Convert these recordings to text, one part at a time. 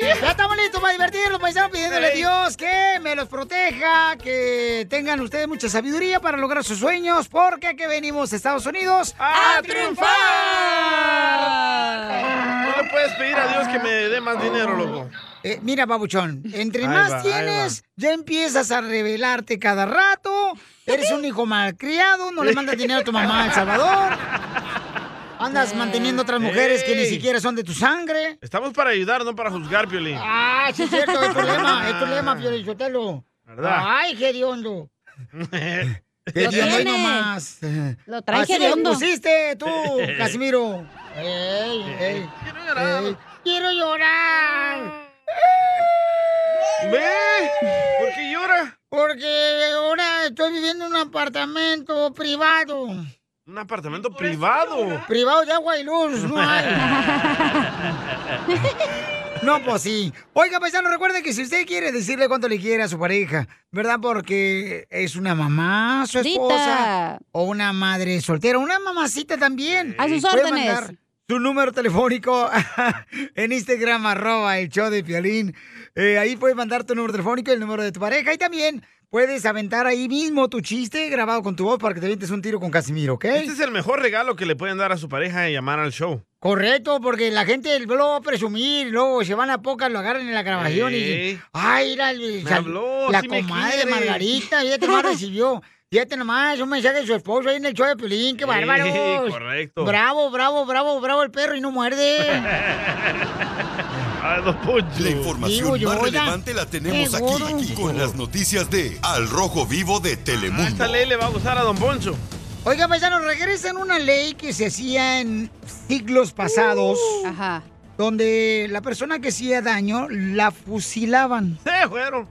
Ya estamos listos para divertirnos, paisanos, pidiéndole a Dios que me los proteja, que tengan ustedes mucha sabiduría para lograr sus sueños, porque aquí venimos a Estados Unidos ¡A triunfar! No le puedes pedir a Dios que me dé más dinero, loco. Eh, mira, babuchón, entre Ahí más va, ahí tienes, ya empiezas a revelarte cada rato. Eres un hijo malcriado, no le mandas dinero a tu mamá a El Salvador. Andas manteniendo otras mujeres que ni Eh, Ey. siquiera son de tu sangre. Estamos para ayudar, no para juzgar, Piolín. Ah, sí es cierto, es tu lema, es tu lema, Piolichotelo. ¿Verdad? Ay, hediondo. Lo Hediondo y tiene. nomás. Lo trae Así lo hediondo. pusiste tú, Casimiro. Ey, ey, ey. Quiero llorar. ¿Ve? ¿Por qué llora? Porque ahora estoy viviendo en un apartamento privado. Un apartamento privado. Privado de agua y luz, no hay. No, pues sí. Oiga, paisano, recuerde que si usted quiere decirle cuánto le quiere a su pareja, ¿verdad? Porque es una mamá, su esposa, Dita. o una madre soltera, una mamacita también. A sus Puede órdenes. mandar Su número telefónico en Instagram, arroba el show de Piolín. Eh, ahí puedes mandar tu número telefónico y el número de tu pareja. Y también puedes aventar ahí mismo tu chiste grabado con tu voz para que te avientes un tiro con Casimiro, ¿ok? Este es el mejor regalo que le pueden dar a su pareja y llamar al show. Correcto, porque la gente luego va a presumir, luego se van a pocas, lo agarran en la grabación y Sí. dicen, ay, mira, el- Me sal- habló, la sí me comadre quiere". Margarita, fíjate más recibió. Fíjate nomás, un mensaje de su esposo ahí en el show de Pelín, qué bárbaros. correcto. Bravo, bravo, bravo, bravo el perro y no muerde. La Digo información yo, más oiga. relevante la tenemos Qué aquí, gordo. aquí con las noticias de Al Rojo Vivo de Telemundo. Ah, Esta ley le va a gustar a Don Poncho. Oiga, paisano, regresan una ley que se hacía en siglos pasados. Uh. Donde la persona que hacía daño la fusilaban. Se fueron.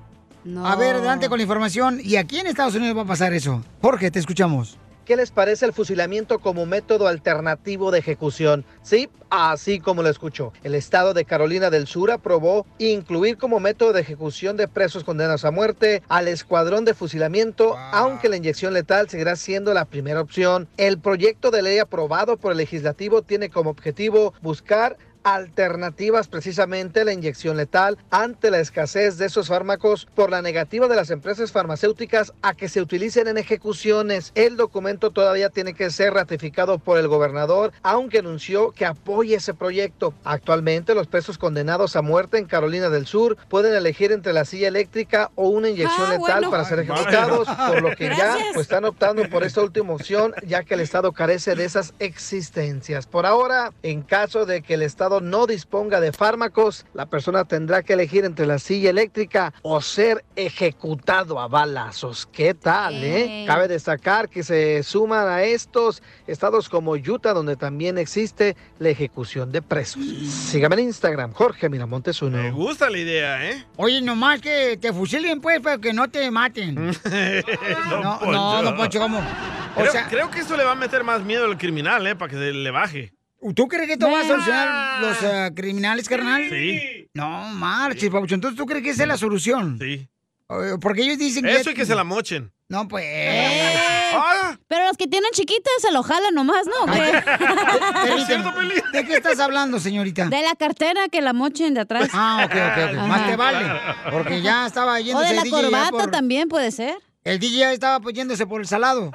A ver, adelante con la información. ¿Y aquí en Estados Unidos va a pasar eso? Jorge, te escuchamos. ¿Qué les parece el fusilamiento como método alternativo de ejecución? Sí, así como lo escuchó. El estado de Carolina del Sur aprobó incluir como método de ejecución de presos condenados a muerte al escuadrón de fusilamiento, aunque la inyección letal seguirá siendo la primera opción. El proyecto de ley aprobado por el legislativo tiene como objetivo buscar alternativas precisamente la inyección letal ante la escasez de esos fármacos por la negativa de las empresas farmacéuticas a que se utilicen en ejecuciones. El documento todavía tiene que ser ratificado por el gobernador, aunque anunció que apoya ese proyecto. Actualmente los presos condenados a muerte en Carolina del Sur pueden elegir entre la silla eléctrica o una inyección letal Ah, bueno. para ser Ay, vaya. ejecutados, por lo que ya Gracias. pues, están optando por esta última opción, ya que el Estado carece de esas existencias. Por ahora, en caso de que el Estado no disponga de fármacos, la persona tendrá que elegir entre la silla eléctrica o ser ejecutado a balazos. ¿Qué tal, eh? Ey. Cabe destacar que se suman a estos estados como Utah, donde también existe la ejecución de presos. Sígame en Instagram, Jorge Miramontes uno. Me gusta la idea, ¿eh? Oye, nomás que te fusilen, pues, pero que no te maten. Don no, Poncho. no, don Poncho, ¿cómo? Creo, sea- creo que eso le va a meter más miedo al criminal, ¿eh? Para que se le baje. ¿Tú crees que esto va a solucionar los eh, criminales, carnal? Sí. No, marches, papucho. Entonces, ¿tú crees que esa es la solución? Eh, Sí. Porque ellos dicen Eso y que se la mochen. No, pues. Eh, Pero los que tienen chiquitas se lo jalan nomás, ¿no? ¿O qué? Permíteme, ¿De qué estás hablando, señorita? De la cartera que la mochen de atrás. Ah, ok, ok, ok. Más te vale. Porque ya estaba yendo O de la corbata también pues, puede ser. El DJ estaba apoyándose por el salado.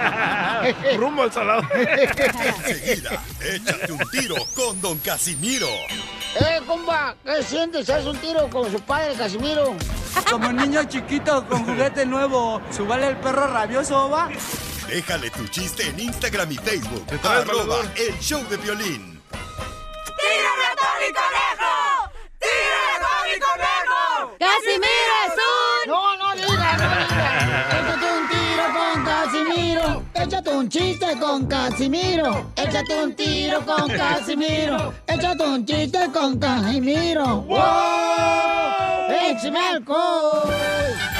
Rumbo al salado. Enseguida, échate un tiro con Don Casimiro. ¡Eh, compa! ¿Qué sientes? ¿Haz un tiro con su padre, Casimiro? Como niño chiquito con juguete nuevo, subale el perro rabioso, va. Déjale tu chiste en Instagram y Facebook. Arroba el show de violín. ¡Tírame a Tony Conejo! ¡Tírame a Tony Conejo! ¡Casimiro es un... No, no digas, no digas. Échate un tiro con Casimiro. Échate un chiste con Casimiro. Échate un tiro con Casimiro. Échate un chiste con Casimiro. ¡Wow! ¡Échame alcohol!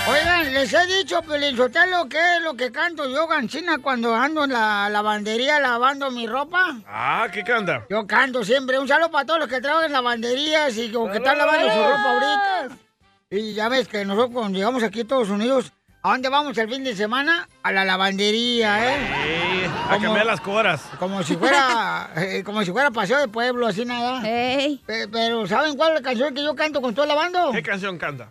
Oigan, les he dicho, Pelinchotelo, ¿qué es lo que canto yo, Gancina, cuando ando en la lavandería lavando mi ropa? Ah, ¿qué canta? Yo canto siempre. Un saludo para todos los que trabajan en lavanderías y como que están lavando su ropa ahorita. Y ya ves que nosotros cuando llegamos aquí a Estados Unidos, ¿a dónde vamos el fin de semana? A la lavandería, ¿eh? Ey, a Como- cambiar las coras. Como si fuera, eh, como si fuera paseo de pueblo, así nada. Pe- Pero ¿saben cuál es la canción que yo canto con todo lavando? ¿Qué canción canta?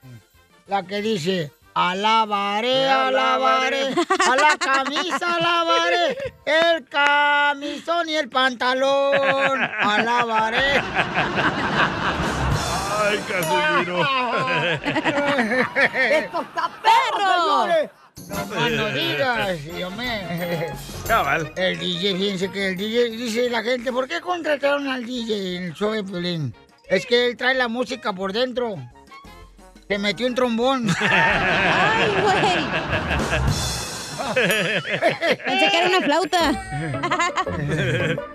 La que dice, alabaré, alabaré, a la camisa alabaré, el camisón y el pantalón, alabaré. Ay, Casimiro. ¡Esto está perro! Cuando digas, yo me... Cabal. El DJ, fíjense que el DJ dice la gente, ¿por qué contrataron al DJ en el show de Piolín? Es que él trae la música por dentro. Se metió un trombón. ¡Ay, Pensé que era una flauta.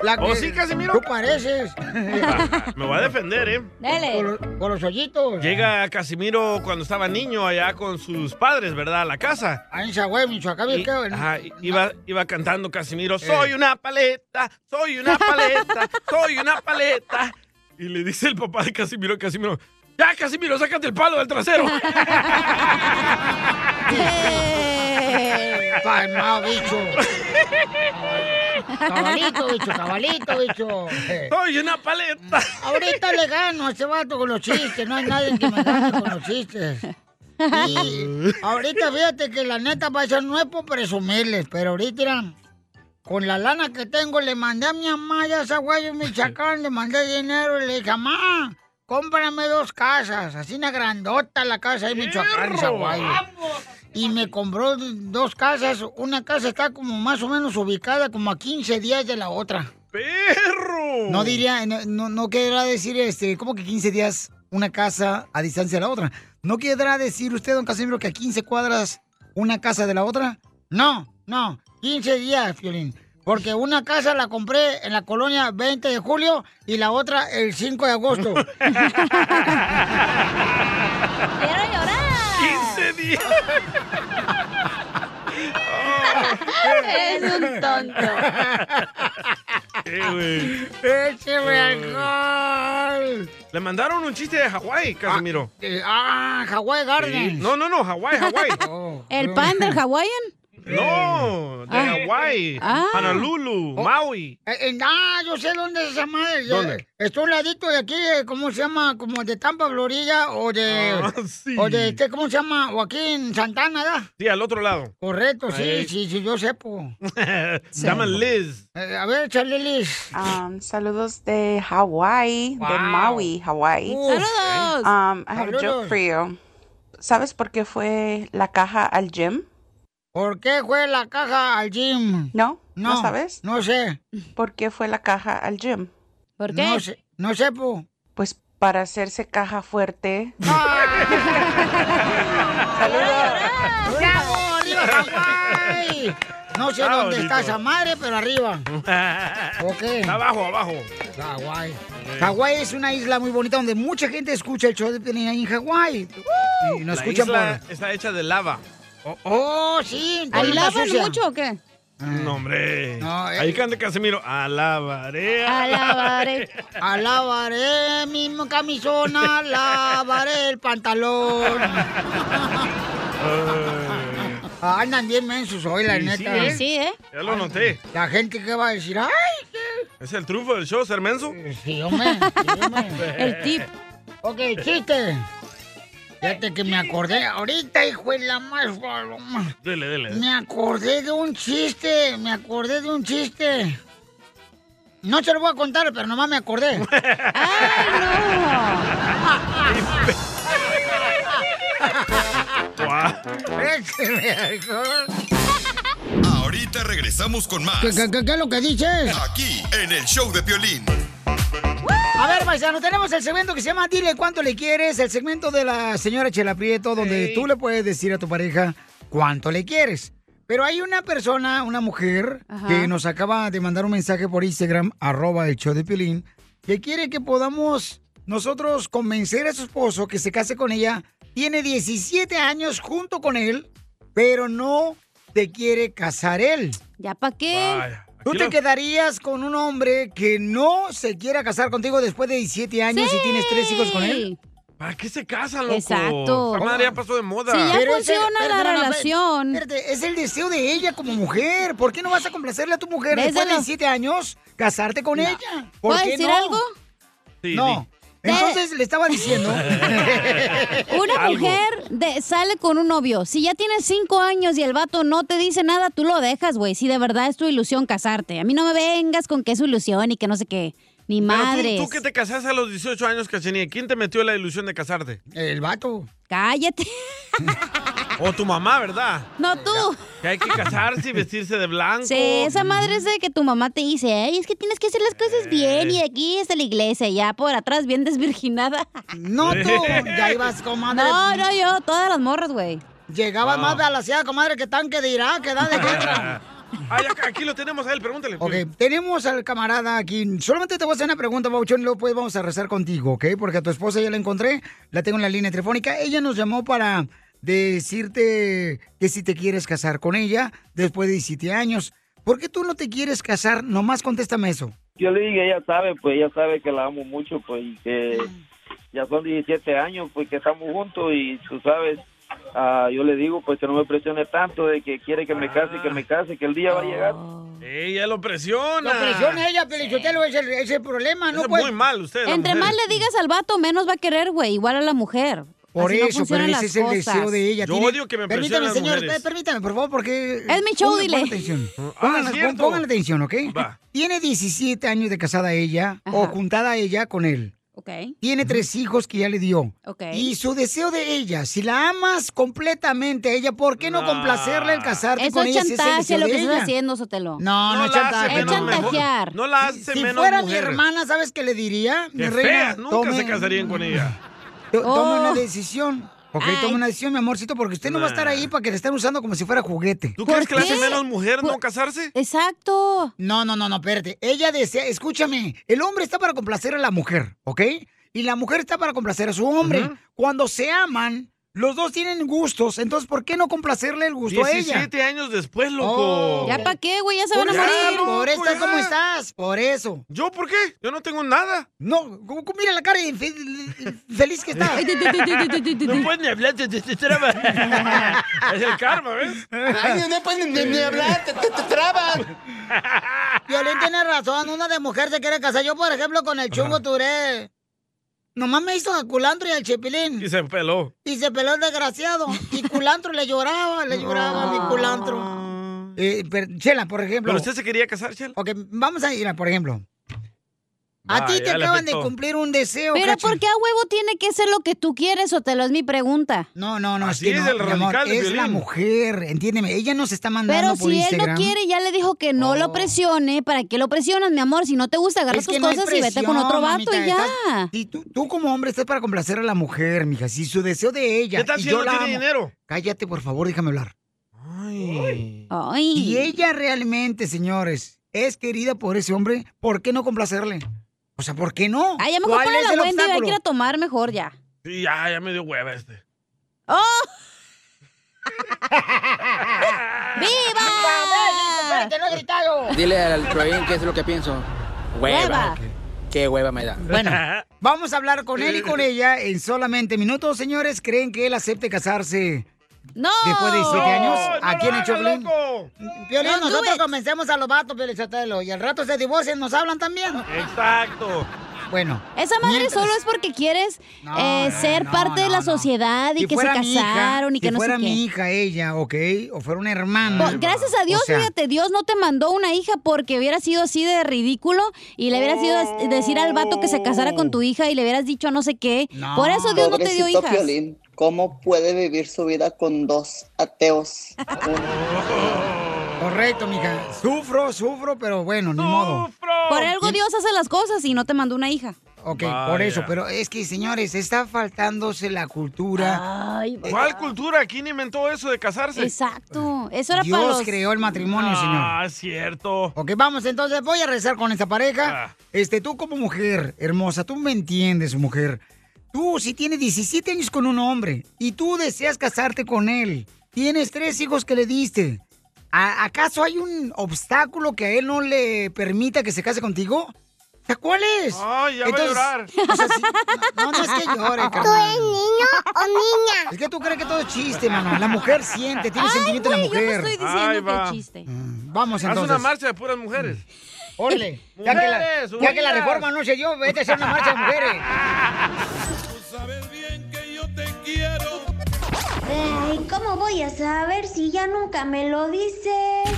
La ¿Oh, que- sí, Casimiro? Ah, Tú pareces. Me voy a defender, ¿eh? Dale. Con, los- con los hoyitos. Llega Casimiro cuando estaba niño allá con sus padres, ¿verdad? A la casa. Ahí en Sahuey, Michoacán, Y- ¿qué? ajá, i- iba, iba cantando Eh. Casimiro, soy una paleta, soy una paleta, soy una paleta. Y le dice el papá de Casimiro, Casimiro, ya Casimiro, sácate el palo del trasero. Palmao, bicho. Cabalito, bicho, cabalito, bicho. soy una paleta. Ahorita le gano a ese vato con los chistes, no hay nadie que me gane con los chistes. Y ahorita fíjate que la neta va a ser, no es por presumirles, pero ahorita mira, con la lana que tengo le mandé a mi mamá ya esa guayo Michoacán, le mandé dinero y le dije, mamá, cómprame dos casas, así una grandota la casa de Michoacán, Zaguayo. Y me compró dos casas, una casa está como más o menos ubicada como a 15 días de la otra. ¡Perro! No diría, no, no, no querrá decir, este, ¿cómo que 15 días una casa a distancia de la otra? ¿No querrá decir usted, don Casimiro, que a 15 cuadras una casa de la otra? No, no, 15 días, Fiolín. Porque una casa la compré en la colonia 20 de julio y la otra el 5 de agosto. Quiero llorar. 15 días. Es un tonto. Eh, güey. ¡Écheme alcohol! Le mandaron un chiste de Hawái, Casimiro. Eh, ¡Ah, Hawái Sí. Gardens! No, no, no, Hawái, Hawái. Oh, ¿El pan del Hawaiian? No, de Ah. Hawái. Ah. Honolulu, Oh. Maui. eh, eh, ah, yo sé dónde se llama. ¿Dónde? Está un ladito de aquí, eh, ¿cómo se llama? Como de Tampa, Florida, o de... Ah, sí. O de este, ¿cómo se llama? O aquí en Santana, ¿verdad? Sí, al otro lado. Correcto, sí, Ahí. sí, sí, yo sepo. Se llaman Liz. Eh, a ver, échale, Liz. Um, saludos de Hawaii, de Wow. Maui, Hawaii. Uf, ¡Saludos! Um, I have a joke for you. ¿Sabes por qué fue la caja al gym? ¿Por qué fue la caja al gym? No, no, No, sabes. no sé, ¿Por qué fue la caja al gym? ¿Por qué? no sé, no sepo. Pues para hacerse caja fuerte. ¡Bravo, arriba ¡Ah, Hawái! No sé Ah, dónde bonito. está esa madre, pero arriba. ¿O qué? abajo, abajo. Hawái. Hawái es una isla muy bonita donde mucha gente escucha el show de Piolín ahí en Hawái. Y nos la escuchan isla por... está hecha de lava. Oh, oh, sí. ¿Ahí entonces está lavan sucia. mucho o qué? Ah. No, hombre. No, eh. Ahí canta Casimiro. Alabaré. Alabaré. Alabaré mi camisona, alabaré el pantalón. Ay, Ah, andan bien mensos hoy, la Sí, neta. sí, Y sí, ¿eh? ya lo noté. La gente que va a decir, ¡ay! Es el triunfo del show, ser menso. Sí, hombre, sí, hombre. El tip. ok, chiste. Fíjate que me acordé, ahorita, hijo de la más paloma. Dele, dele. Me acordé de un chiste, me acordé de un chiste. No se lo voy a contar, pero nomás me acordé. Ahorita regresamos con más. ¿Qué, qué, qué- qué es lo que dices? Aquí, en el show de Piolín. A ver, paisano, tenemos el segmento que se llama Dile cuánto le quieres, el segmento de la señora Chela Prieto, donde tú le puedes decir a tu pareja cuánto le quieres. Pero hay una persona, una mujer, Ajá. que nos acaba de mandar un mensaje por Instagram, arroba el show de Piolín, que quiere que podamos nosotros convencer a su esposo que se case con ella. Tiene 17 años junto con él, pero no te quiere casar él. ¿Ya para qué? Vaya, ¿Tú aquí te lo- quedarías con un hombre que no se quiera casar contigo después de 17 años y tienes tres hijos con él? ¿Para qué se casan, loco? Exacto. Esta madre ya pasó de moda. Pero es el- espérate, espérate, espérate, es el deseo de ella como mujer. ¿Por qué no vas a complacerle a tu mujer ¿Ves después de de lo- 17 años casarte con ella? ¿Por ¿Puedo qué decir no? algo? no. Entonces le estaba diciendo. Una mujer de- sale con un novio. Si ya tienes cinco años y el vato no te dice nada, tú lo dejas, güey. Si de verdad es tu ilusión casarte. A mí no me vengas con que es su ilusión y que no sé qué. Ni Pero tú- madres. Tú, que te casaste a los 18 años, Cachanilla, ¿quién te metió la ilusión de casarte? El vato. Cállate. O tu mamá, ¿verdad? No tú. Que hay que casarse y vestirse de blanco. Sí, esa madre es de que tu mamá te dice, ay, es que tienes que hacer las cosas bien Eh. y aquí está la iglesia, y ya por atrás bien desvirginada. No tú, ya ibas, comadre. No, no, yo, todas las morras, güey. Llegabas Ah. más balanceada, comadre, que tanque de Irak, que da de guerra. Ay, acá- aquí lo tenemos a él, pregúntale. Ok, tenemos al camarada aquí. Solamente te voy a hacer una pregunta, Bauchón, y luego pues vamos a rezar contigo, ¿ok? Porque a tu esposa ya la encontré, la tengo en la línea telefónica. Ella nos llamó para decirte que si te quieres casar con ella después de 17 años. ¿Por qué tú no te quieres casar? Nomás contéstame eso. Yo le dije, ella sabe, pues ella sabe que la amo mucho, pues y que ya son 17 años, pues que estamos juntos y tú sabes, ah, yo le digo, pues que no me presione tanto de que quiere que me case, que Ah. me case, que el día va a llegar. Ella lo presiona. La presión a ella, Pelichotelo, es el, es el problema, ¿no? Eso es pues? muy mal usted. la Entre mujer. más le digas al vato, menos va a querer, güey. Igual a la mujer. Por Así no eso, pero funcionan ese las es el deseo cosas. de ella. Yo Tiene- odio que me presionen Permítame, las señor, mujeres. permítame, por favor, porque... Es mi show, Pongan- dile. pongan atención. Ah, Pongan, es pon- cierto. pongan atención, ¿ok? Tiene 17 años de casada ella o juntada ella con él. Ok, Tiene tres hijos que ya le dio. ok. Y su deseo de ella, si la amas completamente a ella, ¿por qué no complacerle al casarte Eso con es ella? si el chantaje deseo lo de que estás ella? haciendo, Sotelo. Eh, No, no, es chantaje. Es chantajear. No la hace Si menos fuera mujer. mi hermana, ¿sabes qué le diría? Mi Qué reina, feas, nunca se casarían con ella. to- tome Oh. una decisión. Ok, tome una decisión, mi amorcito, porque usted no va a estar Nah. ahí para que le estén usando como si fuera juguete. ¿Tú crees que la hace menos mujer no casarse? Exacto. No, no, no, no, espérate. Ella desea, escúchame, el hombre está para complacer a la mujer, ¿ok? Y la mujer está para complacer a su hombre. Cuando se aman, los dos tienen gustos, entonces ¿por qué no complacerle el gusto a ella? 17 años después, loco. Oh. ¿Ya para qué, güey? Ya se van a Por eso, morir. Por eso, ¿cómo estás? Por eso. ¿Yo por qué? Yo no tengo nada. No, como- como mira la cara de infe- feliz que está. No puedes ni hablar, te, te- te traba. Es el karma, ¿ves? Ay, no pues, pueden ni, hablar, te, traban. Violín tiene razón, una de mujer se quiere casar. Yo, por ejemplo, con el chungo Touré, nomás me hizo a culantro y al chipilín. Y se peló. Y se peló el desgraciado. Y culantro le lloraba, le lloraba a mi culantro. Eh, pero, Chela, por ejemplo. Ah. ¿Pero usted se quería casar, Chela? Ok, vamos a ir, a, por ejemplo. A ti Ah, te ya le acaban de afectó. cumplir un deseo. Pero Cacha. ¿por qué a huevo tiene que ser lo que tú quieres, Sotelo? Es mi pregunta. No, no, no. Así que es no, el mi amor, radical de Es la Piolín. mujer, entiéndeme. Ella nos está mandando Pero por si él Instagram. Oh. no quiere, ya le dijo que no lo presione. ¿Para qué lo presionas, mi amor? Si no te gusta, agarra Es tus que no hay cosas y vete con presión, otro vato mamita, y ya. estás- y tú, tú como hombre estás para complacer a la mujer, mija. Si su deseo de ella. ¿Qué tal y si yo él no la tiene amo- dinero? Cállate, por favor, déjame hablar. Ay. Y ella realmente, señores, es querida por ese hombre. ¿Por qué no complacerle? O sea, ¿por qué no? Ay, Ah, ya mejor ¿Cuál para es la el Wendy, hay que obstáculo? ir a tomar mejor ya. Sí, ya, ya me dio hueva este. ¡Oh! ¡Viva! no he gritado! Dile al Troyin qué es lo que pienso. Hueva. Hueva. Qué hueva me da. Bueno, vamos a hablar con él y con ella en solamente minutos, señores. ¿Creen que él acepte casarse no. después de 17 años? Aquí en el Choplin. Piolín, No, nosotros convencemos a los vatos, Piolín Sotelo, y al rato se divorcian, nos hablan también. Ah, Exacto. Bueno. Esa madre Mientras- solo es porque quieres eh, ser parte de la sociedad y Si Ah, que se fuera mi hija, casaron y que si no sé fuera qué. mi hija ella, ¿ok? O fuera una hermana. Pues, gracias a Dios, O sea, fíjate, Dios no te mandó una hija porque hubiera sido así de ridículo y le hubieras ido a decir al vato que se casara con tu hija y le hubieras dicho no sé qué. Por eso Dios no te dio Pobrecito hijas. Piolín, ¿Cómo puede vivir su vida con dos ateos? Correcto, mija. Sufro, sufro, pero bueno, ni modo. Por algo Dios hace las cosas y no te mandó una hija. Ok, Vaya. por eso, pero es que, señores, está faltándose la cultura. Eh, ah. ¿Cuál cultura? ¿Quién inventó eso de casarse? Exacto. Eso Dios creó el matrimonio, señor. Ah, es cierto. Ah. Ok, vamos, entonces voy a rezar con esta pareja. Este, tú como mujer, hermosa, tú me entiendes, mujer. Tú, si tienes 17 años con un hombre y tú deseas casarte con él, tienes tres hijos que le diste, ¿a- ¿acaso hay un obstáculo que a él no le permita que se case contigo? O sea, ¿Cuál es? Ay, ya va a llorar. o sea, sí- no, no es que llore, ¿Tú carnal. eres niño o niña? Es que tú crees que todo es chiste, mano. La mujer siente, tiene Ay, sentimiento la güey, yo no mujer. estoy diciendo Ahí que es va. chiste. Mm, Vamos Haz entonces. una marcha de puras mujeres. Órale, ya que, la, Mujeres, ya que la unidas. reforma no se dio, vete a hacer una marcha de mujeres. Ay, ¿cómo voy a saber si ya nunca me lo dices?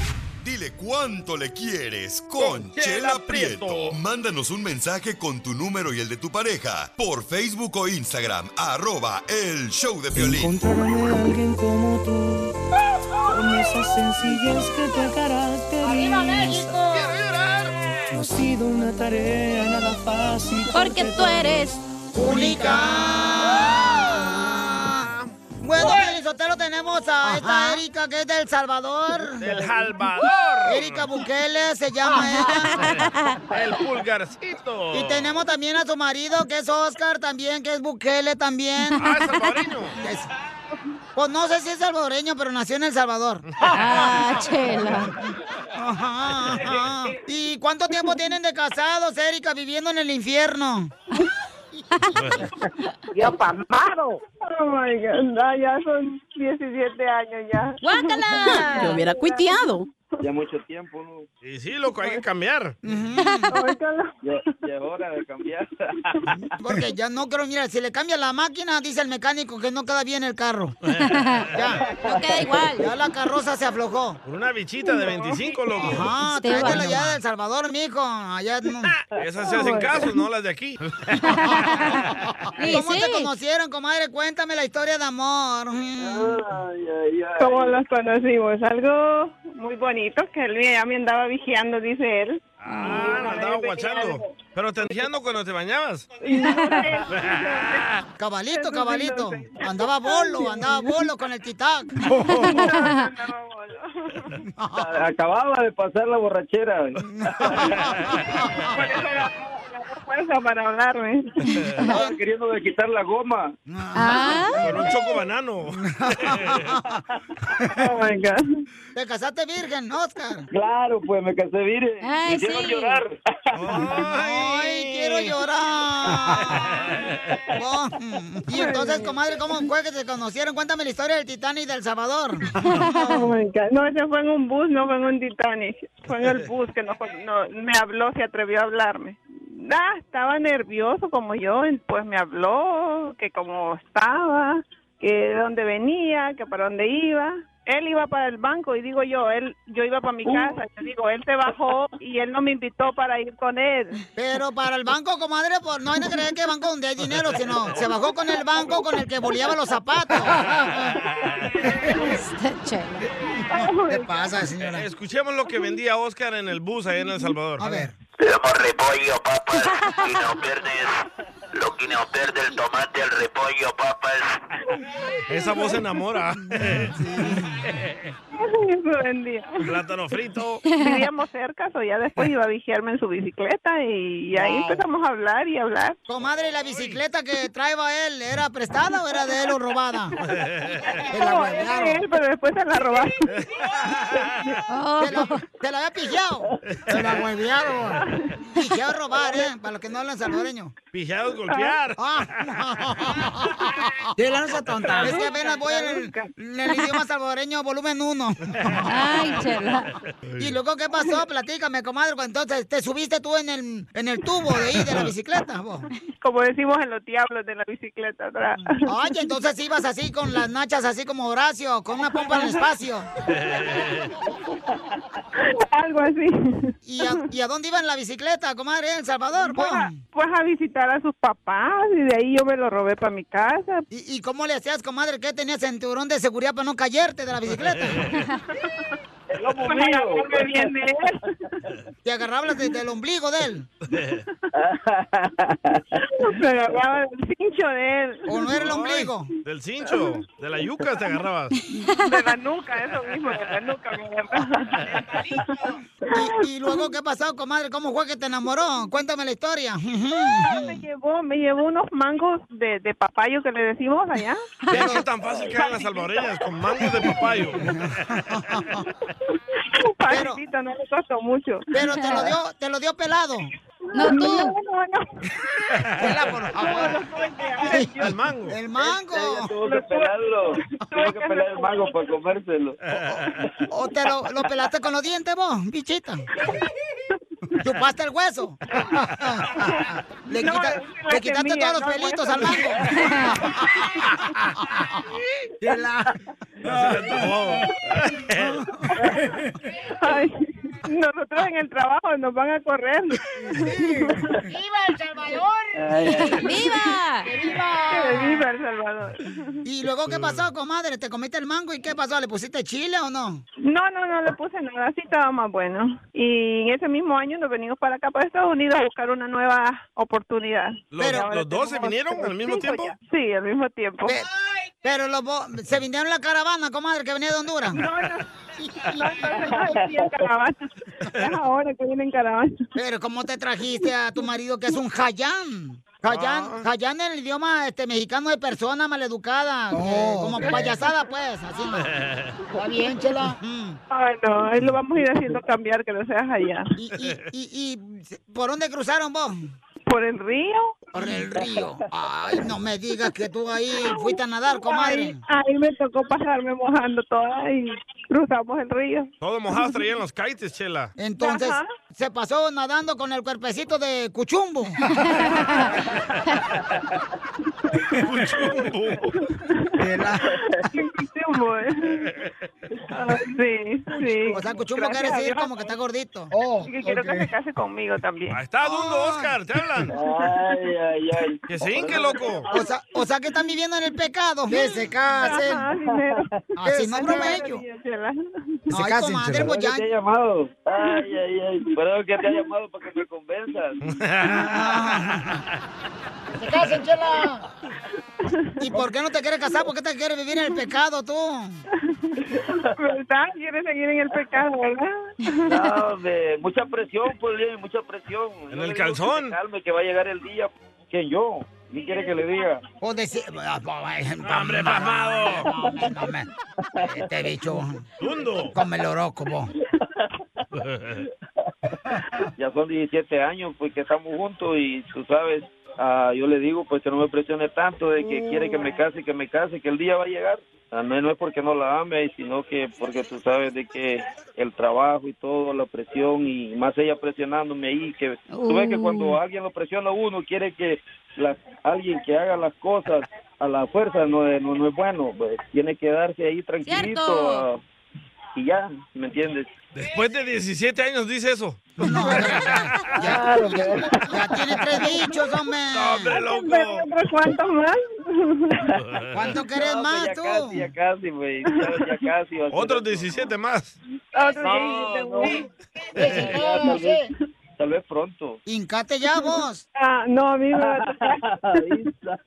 Dile cuánto le quieres con Chela Prieto. Mándanos un mensaje con tu número y el de tu pareja por Facebook o Instagram, arroba el show de violín. Encontrarme a alguien como tú, con esa sencillez que te caracteriza. ¡Arriba México! No ha sido una tarea nada fácil. Porque tú eres única. Bueno, Piolín Sotelo, tenemos a esta Erika que es del Salvador. Del Salvador. Erika Bukele se llama ella. El pulgarcito. Y tenemos también a su marido que es Oscar también, que es Bukele también. Ah, salvadoreño. Pues no sé si es salvadoreño, pero nació en El Salvador. Ah, Ajá, ajá. ¿Y cuánto tiempo tienen de casados, Erika, viviendo en el infierno? Yo pamado. Oh my God, no, ya son 17 años ya. ¡Guácala! Yo hubiera cuiteado. Ya mucho tiempo, ¿no? Y sí, loco, hay que cambiar. Ya, ya es hora de cambiar. Porque ya no creo, mira, si le cambia la máquina, dice el mecánico que no queda bien el carro. ya. No queda igual. Ya la carroza se aflojó. Por una bichita de 25, loco. Ajá, tráetela allá del Salvador, mijo. Allá no. Esas se hacen casos, no las de aquí. ¿Cómo se conocieron, comadre? Cuéntame la historia de amor. Ah, ¿Cómo los conocimos? Algo muy bonito que él ya me andaba vigiando, dice él. Ah, no andaba guachando. Pero te enseñando cuando te bañabas. Cabalito, cabalito. Andaba bolo, andaba bolo con el titac. A- Acababa de pasar la borrachera. Fuerza para hablarme. Estaba queriendo de quitar la goma. Con un choco banano. Oh my God. Te casaste virgen, Oscar. Claro, pues me casé, mire. Ay, Me hicieron sí. llorar. Ay, quiero Ah. llorar. Oh, Y entonces, comadre, ¿cómo fue que se conocieron? Cuéntame la historia del Titanic del Salvador. Oh my God. No, ese fue en un bus, no fue en un Titanic. Fue en el bus que no, no- me habló, se atrevió a hablarme. Ah, estaba nervioso como yo, y pues me habló, que cómo estaba, que de dónde venía, que para dónde iba. Él iba para el banco y digo yo, él, yo iba para mi Uh. casa. Yo digo, él se bajó y él no me invitó para ir con él. Pero para el banco, comadre, pues no hay que creer que banco donde hay dinero, sino se bajó con el banco con el que boleaba los zapatos. ¿Qué pasa, señora? Eh, Escuchemos lo que vendía Oscar en el bus allá en El Salvador. A ver. Somos repollo, papas, quino verdes, lo quino verde, el tomate, el repollo, papas. Esa voz enamora. Eso vendía. Plátano frito. Vivíamos cerca, o ya después iba a vigiarme en su bicicleta y ahí Wow. empezamos a hablar y hablar. Comadre, ¿y ¿la bicicleta que traía él era prestada o era de él o robada? No, era de él, pero después se la robaron. Te la, te la había pillado. Te la huevearon. Pillado robar, ¿eh? Para los que no hablan salvadoreño. Pijados golpear. Ah. Chela, no se tampoco, tonta. Es que apenas voy en el, en el idioma salvadoreño volumen 1. Ay, chela. ¿Y luego qué pasó? Platícame, comadre. cuando Entonces, ¿te subiste tú en el, en el tubo de ahí de la bicicleta? vos? Como decimos en los diablos de la bicicleta atrás. Ay, entonces ibas así con las nachas así como Horacio, con una pompa en el espacio. Algo así. ¿Y a, y a dónde iba en la bicicleta, comadre? ¿En El Salvador? po? Pues a, pues a visitar a sus papás y de ahí yo me lo robé para mi casa. ¿Y, y cómo le hacías, comadre? ¿Qué tenías cinturón de seguridad para no caerte de la bicicleta? Pues ahí agarré bien de él. Te agarrabas desde el ombligo de él. Me agarraba el cincho de él. ¿O no era el ombligo? Del cincho, de la yuca te agarrabas. De la nuca, eso mismo, de la nuca me agarraba. ¿Y luego qué pasó, comadre? ¿Cómo fue que te enamoró? Cuéntame la historia. Ah, Me llevó, me llevó unos mangos de, de papayo que le decimos allá. Vean qué tan fácil que eran las salvadoreñas con mangos de papayo. Papito, no le costó mucho. Pero te lo dio, te lo dio pelado. No, tú. No, no, no. Chela, por favor. El mango. El mango. Tuvo que pelarlo. Tuvo que pelar el mango para comérselo. ¿O te lo, lo pelaste con los dientes vos, bichita? ¿Chupaste el hueso? Le, No, quita- es la le quitaste semilla, todos los no el pelitos hueso. al mango. Chela. Ay, nosotros en el trabajo nos van a correr. ¡Viva El Salvador! Ay, ay. ¡Viva! ¡Que viva El Salvador! ¿Y luego Mm. qué pasó, comadre? ¿Te comiste el mango y qué pasó? ¿Le pusiste chile o no? No, no, no le puse nada, así estaba más bueno. Y en ese mismo año nos venimos para acá, para Estados Unidos, a buscar una nueva oportunidad. ¿Los, los dos se vinieron al mismo tiempo? Sí, al mismo tiempo. Pero los bo- se vinieron en la caravana, comadre, que venía de Honduras. No, no. No, no, no, no, sí, en caravana. Es ahora que vienen caravana. Pero ¿cómo te trajiste a tu marido que es un jayán? Jayán, jayán en el idioma este, mexicano de persona maleducada, eh, como payasada pues, así. Está bien, chela. Ay, no, ahí lo vamos a ir haciendo cambiar, que no seas allá. ¿Y, y, y, y por dónde cruzaron vos? ¿Por el río? Por el río. Ay, no me digas que tú ahí fuiste a nadar, comadre. Ahí, ahí me tocó pasarme mojando toda y cruzamos el río. Todo mojado traían los kites, chela. Entonces, se pasó nadando con el cuerpecito de cuchumbo. Cuchumbo, ¿eh? Ah, sí, sí. O sea, cuchumbo Gracias quiere a decir Dios. como que está gordito. Oh, Y que quiero que se case conmigo también. Está dundo, Oscar, te hablan. Ay, ay, ay. Que se hinque, loco. O sea, o sea que están viviendo en el pecado. Que se casen. Ajá, dinero. Así no promedio. se Ay, casen, comadre, Chela. pues ya. Espero que te haya llamado. Ay, ay, ay. Espero que te haya llamado para que me convenzas. ¡Se casen, chela! ¿Y por qué no te quieres casar? ¿Por qué te quieres vivir en el pecado tú? ¿Verdad? ¿Quieres seguir en el pecado, verdad? No, hombre, mucha presión, pues, Lili, mucha presión. Yo le digo que calzón. se calme, que va a llegar el día que yo. ¿Quién quiere que le diga? O decir... ¡Hombre, pasmado! Este bicho. Come el horóscopo. Ya son 17 años, pues, que estamos juntos y tú sabes, ah, yo le digo, pues, que no me presione tanto de que quiere que me case, que me case, que el día va a llegar. Ah, No, no es porque no la ame, sino que porque tú sabes de que el trabajo y todo, la presión y más ella presionándome ahí, que tú ves que cuando alguien lo presiona a uno, quiere que las, alguien que haga las cosas a la fuerza no, es- no, no es bueno, pues, tiene que darse ahí tranquilito Cierto. ah, y ya, ¿me entiendes? Después de 17 años dice eso. Ah, Ya, ya tiene tres bichos, hombre. hombre, loco. ¿Cuántos más? ¿Cuánto querés No, más pues, ya tú? casi, ya casi, güey. Ya, ya casi. va a ser Otros otro. 17 más. Otro No, no. Ya, Pues no tal, vez, tal vez pronto. Hincate ya vos. Ah, no, a mí me va a tocar.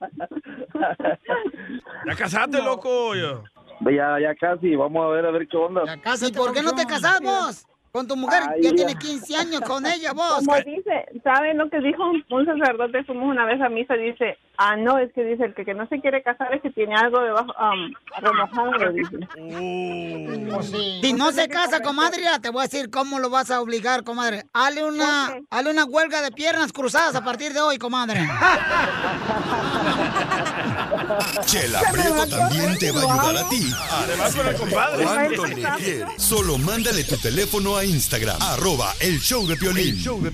Ya casaste, loco. yo. Ya, ya casi. Vamos a ver, a ver qué onda. Casi, ¿por qué no te casás vos? Con tu mujer, ya Ay, tienes ya. 15 años con ella, vos. Como dice, ¿saben lo que dijo un- un sacerdote? Fuimos una vez a misa, dice, ah, no, es que dice, el que, que no se quiere casar es que tiene algo debajo, am, remojado, dice. Uh. Si no se casa, comadre, ya te voy a decir cómo lo vas a obligar, comadre. Hale una, hale una huelga de piernas cruzadas a partir de hoy, comadre. Chela Prieto también te va a ayudar a ti. a Se va con el compadre. ¿Cuánto le quieres? Solo mándale tu teléfono a Instagram, arroba el show de Piolín. show de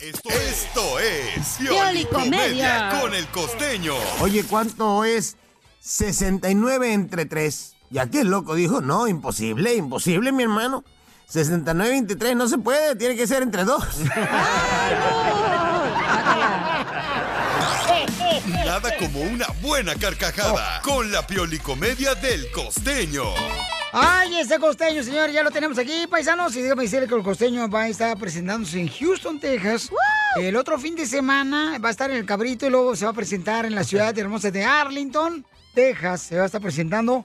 Esto es Piolicomedia Piolicomedia. con el costeño. Oye, ¿cuánto es 69 entre 3? Y aquí el loco dijo, no, imposible, imposible, mi hermano. 69 entre 3 no se puede, tiene que ser entre 2. Nada como una buena carcajada con la Piolicomedia del costeño. Ay, ese costeño, señor, ya lo tenemos aquí, paisanos. Y déjame decirle que el costeño va a estar presentándose en Houston, Texas. El otro fin de semana va a estar en el Cabrito y luego se va a presentar en la ciudad hermosa de Arlington, Texas. Se va a estar presentando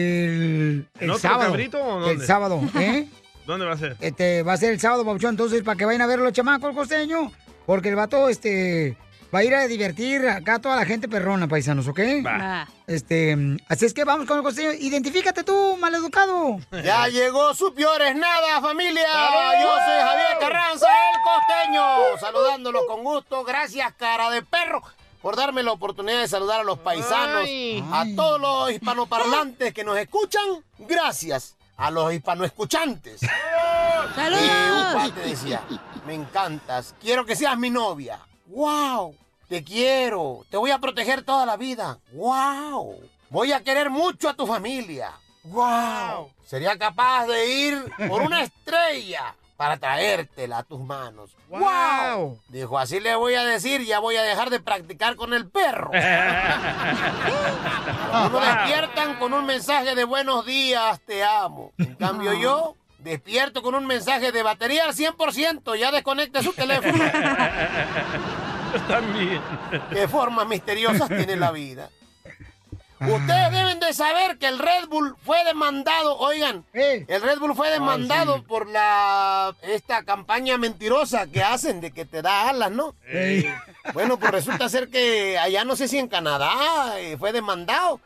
el, el ¿En otro sábado. cabrito o dónde? El sábado, ¿eh? ¿Dónde va a ser? Este, va a ser el sábado, Pabuchón. Entonces, para que vayan a ver los chamacos, el costeño. Porque el vato, este, va a ir a divertir acá a toda la gente perrona, paisanos, ¿ok? Va. Este, así es que vamos con el costeño. Identifícate tú, maleducado. Ya llegó su peor es nada, familia. ¡Salud! Yo soy Javier Carranza, el costeño. Saludándolo con gusto. Gracias, cara de perro, por darme la oportunidad de saludar a los paisanos, a todos los hispanoparlantes que nos escuchan. Gracias a los hispanoescuchantes. ¡Saludos! Y un cuate decía, me encantas, quiero que seas mi novia. ¡Wow! Te quiero, te voy a proteger toda la vida. ¡Wow! Voy a querer mucho a tu familia. ¡Wow! Sería capaz de ir por una estrella para traértela a tus manos. ¡Wow! Dijo, así le voy a decir, ya voy a dejar de practicar con el perro. Uno despiertan con un mensaje de buenos días, te amo. En cambio yo despierto con un mensaje de batería al 100%, ya desconecta su teléfono. También. ¿Qué formas misteriosas tiene la vida? Ustedes deben de saber que el Red Bull fue demandado, oigan, el Red Bull fue demandado por la esta campaña mentirosa que hacen de que te da alas, ¿no? Ey. Bueno, pues resulta ser que allá no sé si en Canadá eh, fue demandado.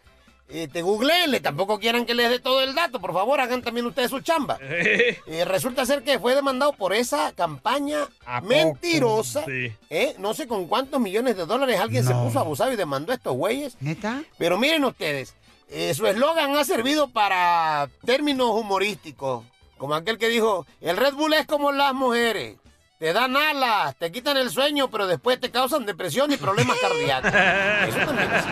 Eh, te googleenle, tampoco quieran que les dé todo el dato, por favor, hagan también ustedes su chamba. Eh, resulta ser que fue demandado por esa campaña mentirosa. Sí. ¿eh? No sé con cuántos millones de dólares alguien se puso abusado y demandó a estos güeyes. ¿Neta? Pero miren ustedes, eh, su eslogan ha servido para términos humorísticos. Como aquel que dijo, el Red Bull es como las mujeres. Te dan alas, te quitan el sueño, pero después te causan depresión y problemas cardíacos. Eso también es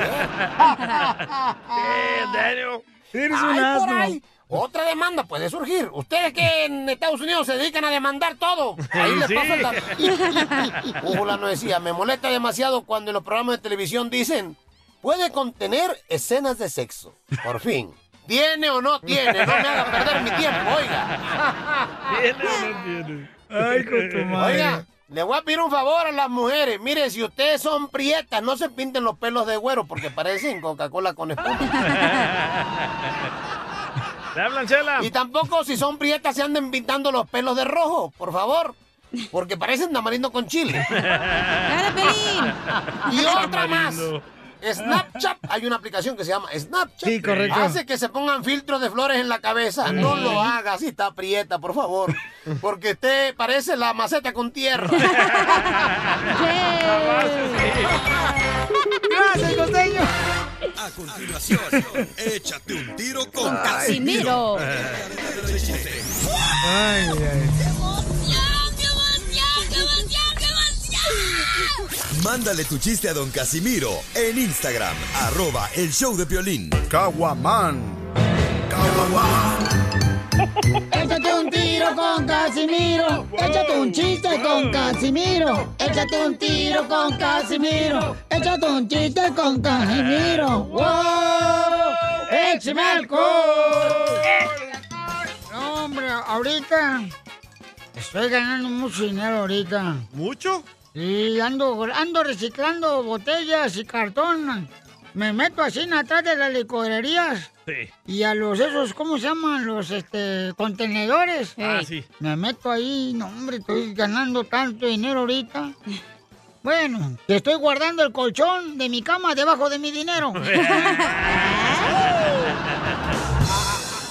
cierto. Eres Ay, un por asno. ahí, Otra demanda puede surgir. Ustedes que en Estados Unidos se dedican a demandar todo. Ahí les Sí. pasa la... Un fulano decía, me molesta demasiado cuando en los programas de televisión dicen, puede contener escenas de sexo. Por fin. ¿Tiene o no tiene? No me haga perder mi tiempo, oiga. ¿Tiene o no tiene? Ay, con tu madre. Oiga, le voy a pedir un favor a las mujeres. Mire, si ustedes son prietas, no se pinten los pelos de güero porque parecen Coca-Cola con espuma. Y tampoco si son prietas se anden pintando los pelos de rojo, por favor. Porque parecen tamarindo con chile. Y otra más. Tamarindo. Snapchat, hay una aplicación que se llama Snapchat. Sí, correcto. Hace que se pongan filtros de flores en la cabeza. No Sí. lo haga si está prieta, por favor. Porque usted parece la maceta con tierra. Gracias, costeño. A continuación, eh, échate un tiro con Casimiro. Casimiro. Ay, ay. Mándale tu chiste a don Casimiro en Instagram, arroba el show de Piolín. Caguaman. Échate un tiro con Casimiro. Échate un chiste con Casimiro. Échate un tiro con Casimiro. Échate un chiste con Casimiro. ¡Wow! ¡Échame alcohol! No, hombre, ahorita estoy ganando mucho dinero ahorita. ¿Mucho? Y ando, ando reciclando botellas y cartón. me meto así en atrás de las licorerías Sí. y a los esos, ¿cómo se llaman? Los este contenedores. Ah, sí. Me meto ahí, no hombre, estoy ganando tanto dinero ahorita. Bueno, que estoy guardando el colchón de mi cama debajo de mi dinero.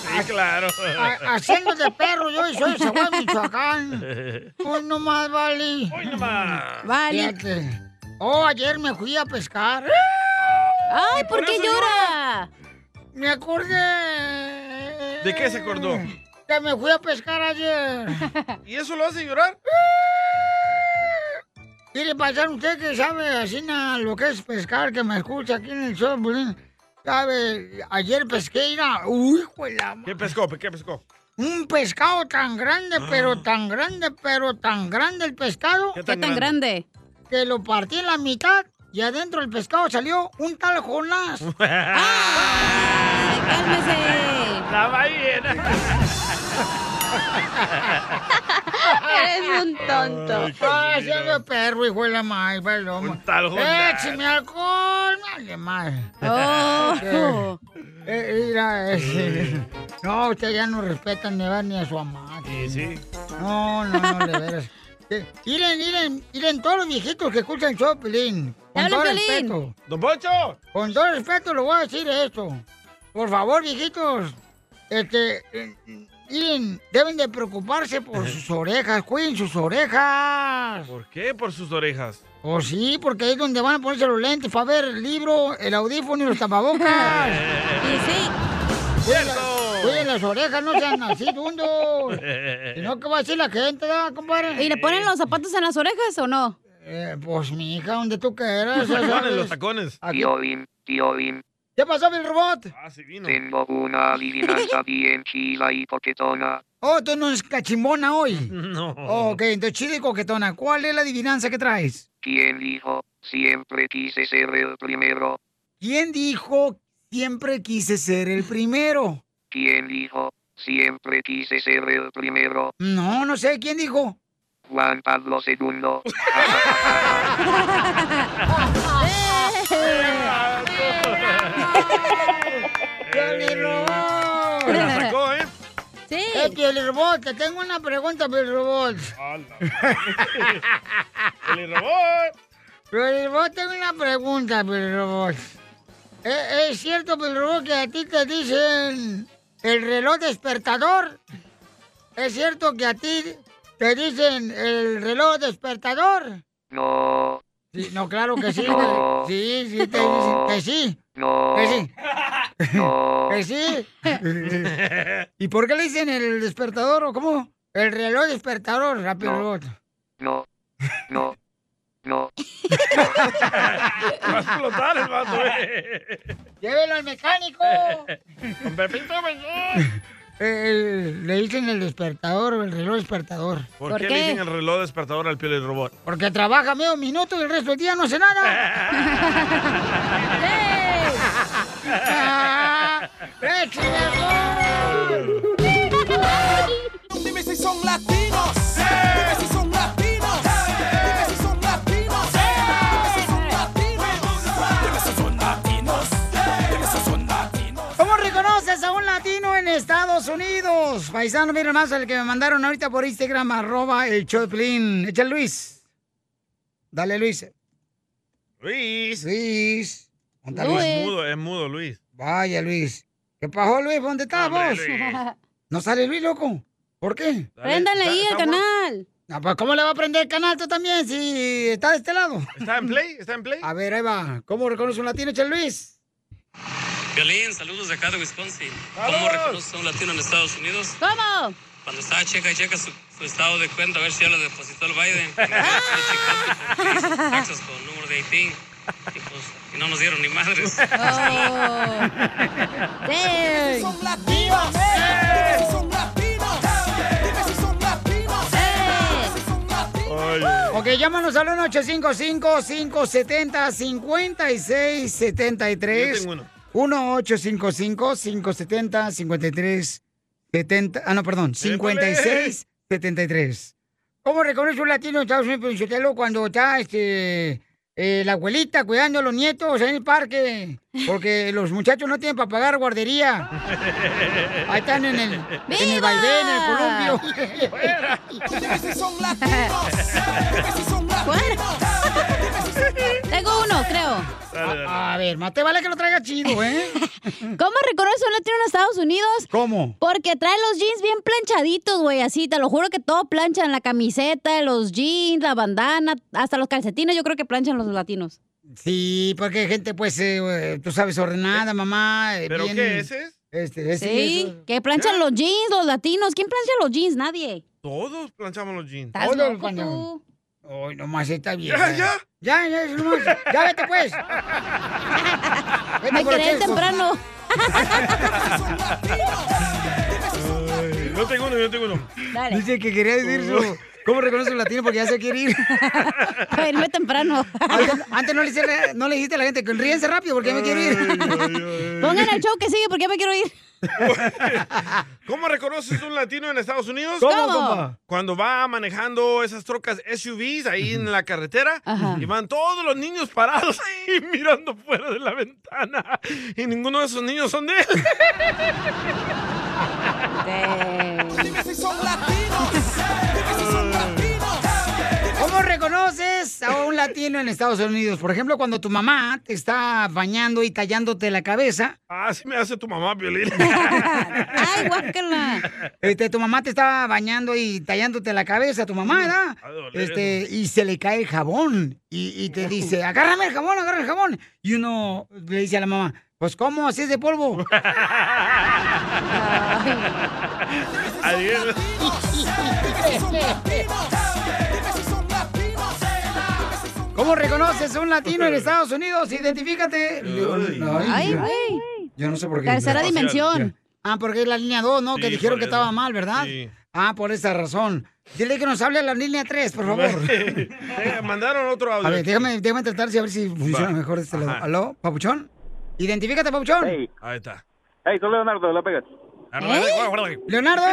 Sí, claro. Ha- Haciendo de perro, yo y soy de Zaguán, Michoacán. Hoy Pues nomás, vale. Hoy nomás. Vale. Oh, ayer me fui a pescar. Ay, ¿por qué llora? Me acordé ¿De qué se acordó? que me fui a pescar ayer. ¿Y eso lo hace llorar? Mire, paisano, usted que sabe así na, lo que es pescar, que me escucha aquí en el show, Piolín, sabe, ayer pesqué, mira, uy, juela, ¿Qué pescó? ¿Qué pescó? un pescado tan grande, pero tan grande, pero tan grande el pescado. Ah. ¿Qué tan ¿Qué tan grande? Que lo partí en la mitad y adentro del pescado salió un tal Jonás. ¡Cálmese! ¡La Eres un tonto. Ay, qué Ay, ya veo Ah, perro, hijo de la madre, paloma. Un tal Jonás. ¡Écheme alcohol! ¡Dale, madre! Oh. Eh, eh, mira, eh, no, ustedes ya no respetan ni a, ni a su amada. Sí, sí. No, no, no, de veras. Eh, Miren, miren, miren todos los viejitos que escuchan el show, Pelín. Con ¡Habla, todo Piolín! respeto. ¡Don Poncho! Con todo respeto le voy a decir esto. Por favor, viejitos. Este, eh, miren, deben de preocuparse por sus orejas. Cuiden sus orejas. ¿Por qué? Por sus orejas. O sí, porque ahí es donde van a ponerse los lentes para ver el libro, el audífono y los tapabocas. sí. ¡Cierto! Cuiden las orejas, no sean así, dundos. Si no, ¿qué va a decir la gente, da, compadre? ¿Y le ponen los zapatos en las orejas o no? Pues, mi hija, donde tú quieras. Los ya tacones, sabes. los tacones. Tío Bim, tío Bim, ¿Qué pasó, mi robot? Ah, tengo una adivinanza bien chila y coquetona. Oh, tú no es cachimona hoy. No. ok, entonces chile y coquetona. ¿Cuál es la adivinanza que traes? ¿Quién dijo? Siempre quise ser el primero. ¿Quién dijo siempre quise ser el primero? ¿Quién dijo? Siempre quise ser el primero. No, no sé, ¿quién dijo? Juan Pablo II. ¡Piolirrobot! La sacó, ¿eh? Sí. Eh, Piolirrobot, te tengo una pregunta, Piolirrobot. Robot. Piolirrobot, tengo una pregunta, Piolirrobot. ¿E- ¿Es cierto, Piolirrobot, que a ti te dicen el reloj despertador? ¿Es cierto que a ti te dicen el reloj despertador? No, Sí, no, claro que sí. No. Sí, sí, te dicen que sí. no, Que sí. no. Que sí. ¿Y por qué le dicen el despertador o cómo? El reloj despertador, rápido. No. robot. No, no, no. Va a explotar el vato, ¿eh? ¡Llévelo al mecánico! Con Pepito, ¿no? Eh, le dicen el despertador, el reloj despertador. ¿Por, qué, le dicen el reloj despertador al piel robot? Porque trabaja medio minuto y el resto del día no hace nada. Dime si son latinos. Dime si son latinos. Dime si son latinos. Dime si son latinos. Dime si son latinos. Dime si son latinos. ¿Cómo reconoces a un latino en Estados Unidos? Paisano, miren más el que me mandaron ahorita por Instagram, arroba el Choplin. Echa Luis. Dale, Luis. Luis. Luis. ¿Dónde está No, Luis? Es mudo, es mudo, Luis. Vaya, Luis. ¿Qué pasó, Luis? ¿Dónde estás Hombre, vos? Luis. ¿No sale Luis, loco? ¿Por qué? Dale, Préndale ahí está- el está bueno. canal. ¿Cómo le va a prender el canal tú también si está de este lado? ¿Está en play? ¿Está en play? A ver, ahí va. ¿Cómo reconoce un latino, Che Luis? Violín, saludos de acá de Wisconsin. ¿Cómo ¡Saludos! reconoce a un latino en Estados Unidos? ¿Cómo? Cuando estaba checa, checa su, su estado de cuenta, a ver si ya lo depositó el Biden. Taxas con número de Haití. Y pues, y no nos dieron ni madres. Oh. Oh. Dime si son latinos. Dime si son latinos. Dime si son latinos. Dime si son latinos. Ok, llámanos al 1-855-570-5673. Yo tengo uno. 1-855-570-5370. Ah, no, perdón. 5673. ¿Cómo reconoce un latino en Estados Unidos, Pio Sotelo, cuando está este, eh, la abuelita cuidando a los nietos en el parque, porque los muchachos no tienen para pagar guardería. Ahí están en el, en el vaivén, en el columpio. Tengo uno, creo. A, a ver, mate, vale que lo traiga chido, ¿eh? ¿Cómo reconoce un latino en Estados Unidos? ¿Cómo? Porque trae los jeans bien planchaditos, güey, así, te lo juro que todo planchan, la camiseta, los jeans, la bandana, hasta los calcetines, yo creo que planchan los latinos. Sí, porque hay gente, pues, eh, eh, tú sabes, ordenada, mamá. eh, ¿Pero bien- qué, ese es? Este, ese sí, es- que planchan los jeans, los latinos. ¿Quién plancha los jeans? Nadie. Todos planchamos los jeans. ¿Estás loco tú? Ay, nomás está bien. Ya, ya. Ya, ya, ya, nomás. Ya, vete, pues. Vete Me por los quedé chescos. temprano. Yo tengo uno, yo tengo uno. Dice que quería decir su... ¿Cómo reconoce un latino? Porque ya se quiere ir. Para irme temprano. Antes, antes no, le hice- no le dijiste a la gente que ríense rápido porque ya me quiero ir. Pongan el show que sigue porque ya me quiero ir. ¿Cómo reconoces un latino en Estados Unidos? ¿Cómo, ¿Cómo? compa? Cuando va manejando esas trocas SUVs ahí en la carretera y van todos los niños parados ahí mirando fuera de la ventana y ninguno de esos niños son de él. Dime si son latinos. Dime si son latinos. ¿Cómo reconoces a un latino en Estados Unidos? Por ejemplo, cuando tu mamá te está bañando y tallándote la cabeza. Ah, sí me hace tu mamá, Violín. ¡Ay, guácala! Este, tu mamá te está bañando y tallándote la cabeza, tu mamá, ¿verdad? Mm, A doler. Este, y se le cae el jabón y, y te dice, agárrame el jabón, agárrame el jabón. Y uno le dice a la mamá, pues ¿cómo? Así es de polvo. Adiós. ¿Cómo reconoces a un latino en Estados Unidos? Identifícate. Ay, yo- güey. Yo no sé por qué. Tercera dimensión. Ah, porque es la línea 2, ¿no? que Sí, dijeron por que eso. estaba mal, ¿verdad? Sí. Ah, por esa razón. Dile que nos hable la línea 3, por favor. Venga, Mandaron otro eh, audio. A ver, déjame, déjame tratar si a ver si funciona Va. mejor de este lado. Ajá. ¿Aló, Papuchón? Identifícate, Papuchón. Ahí está. Hey, soy Leonardo de La Vegas. Ah, Leonardo.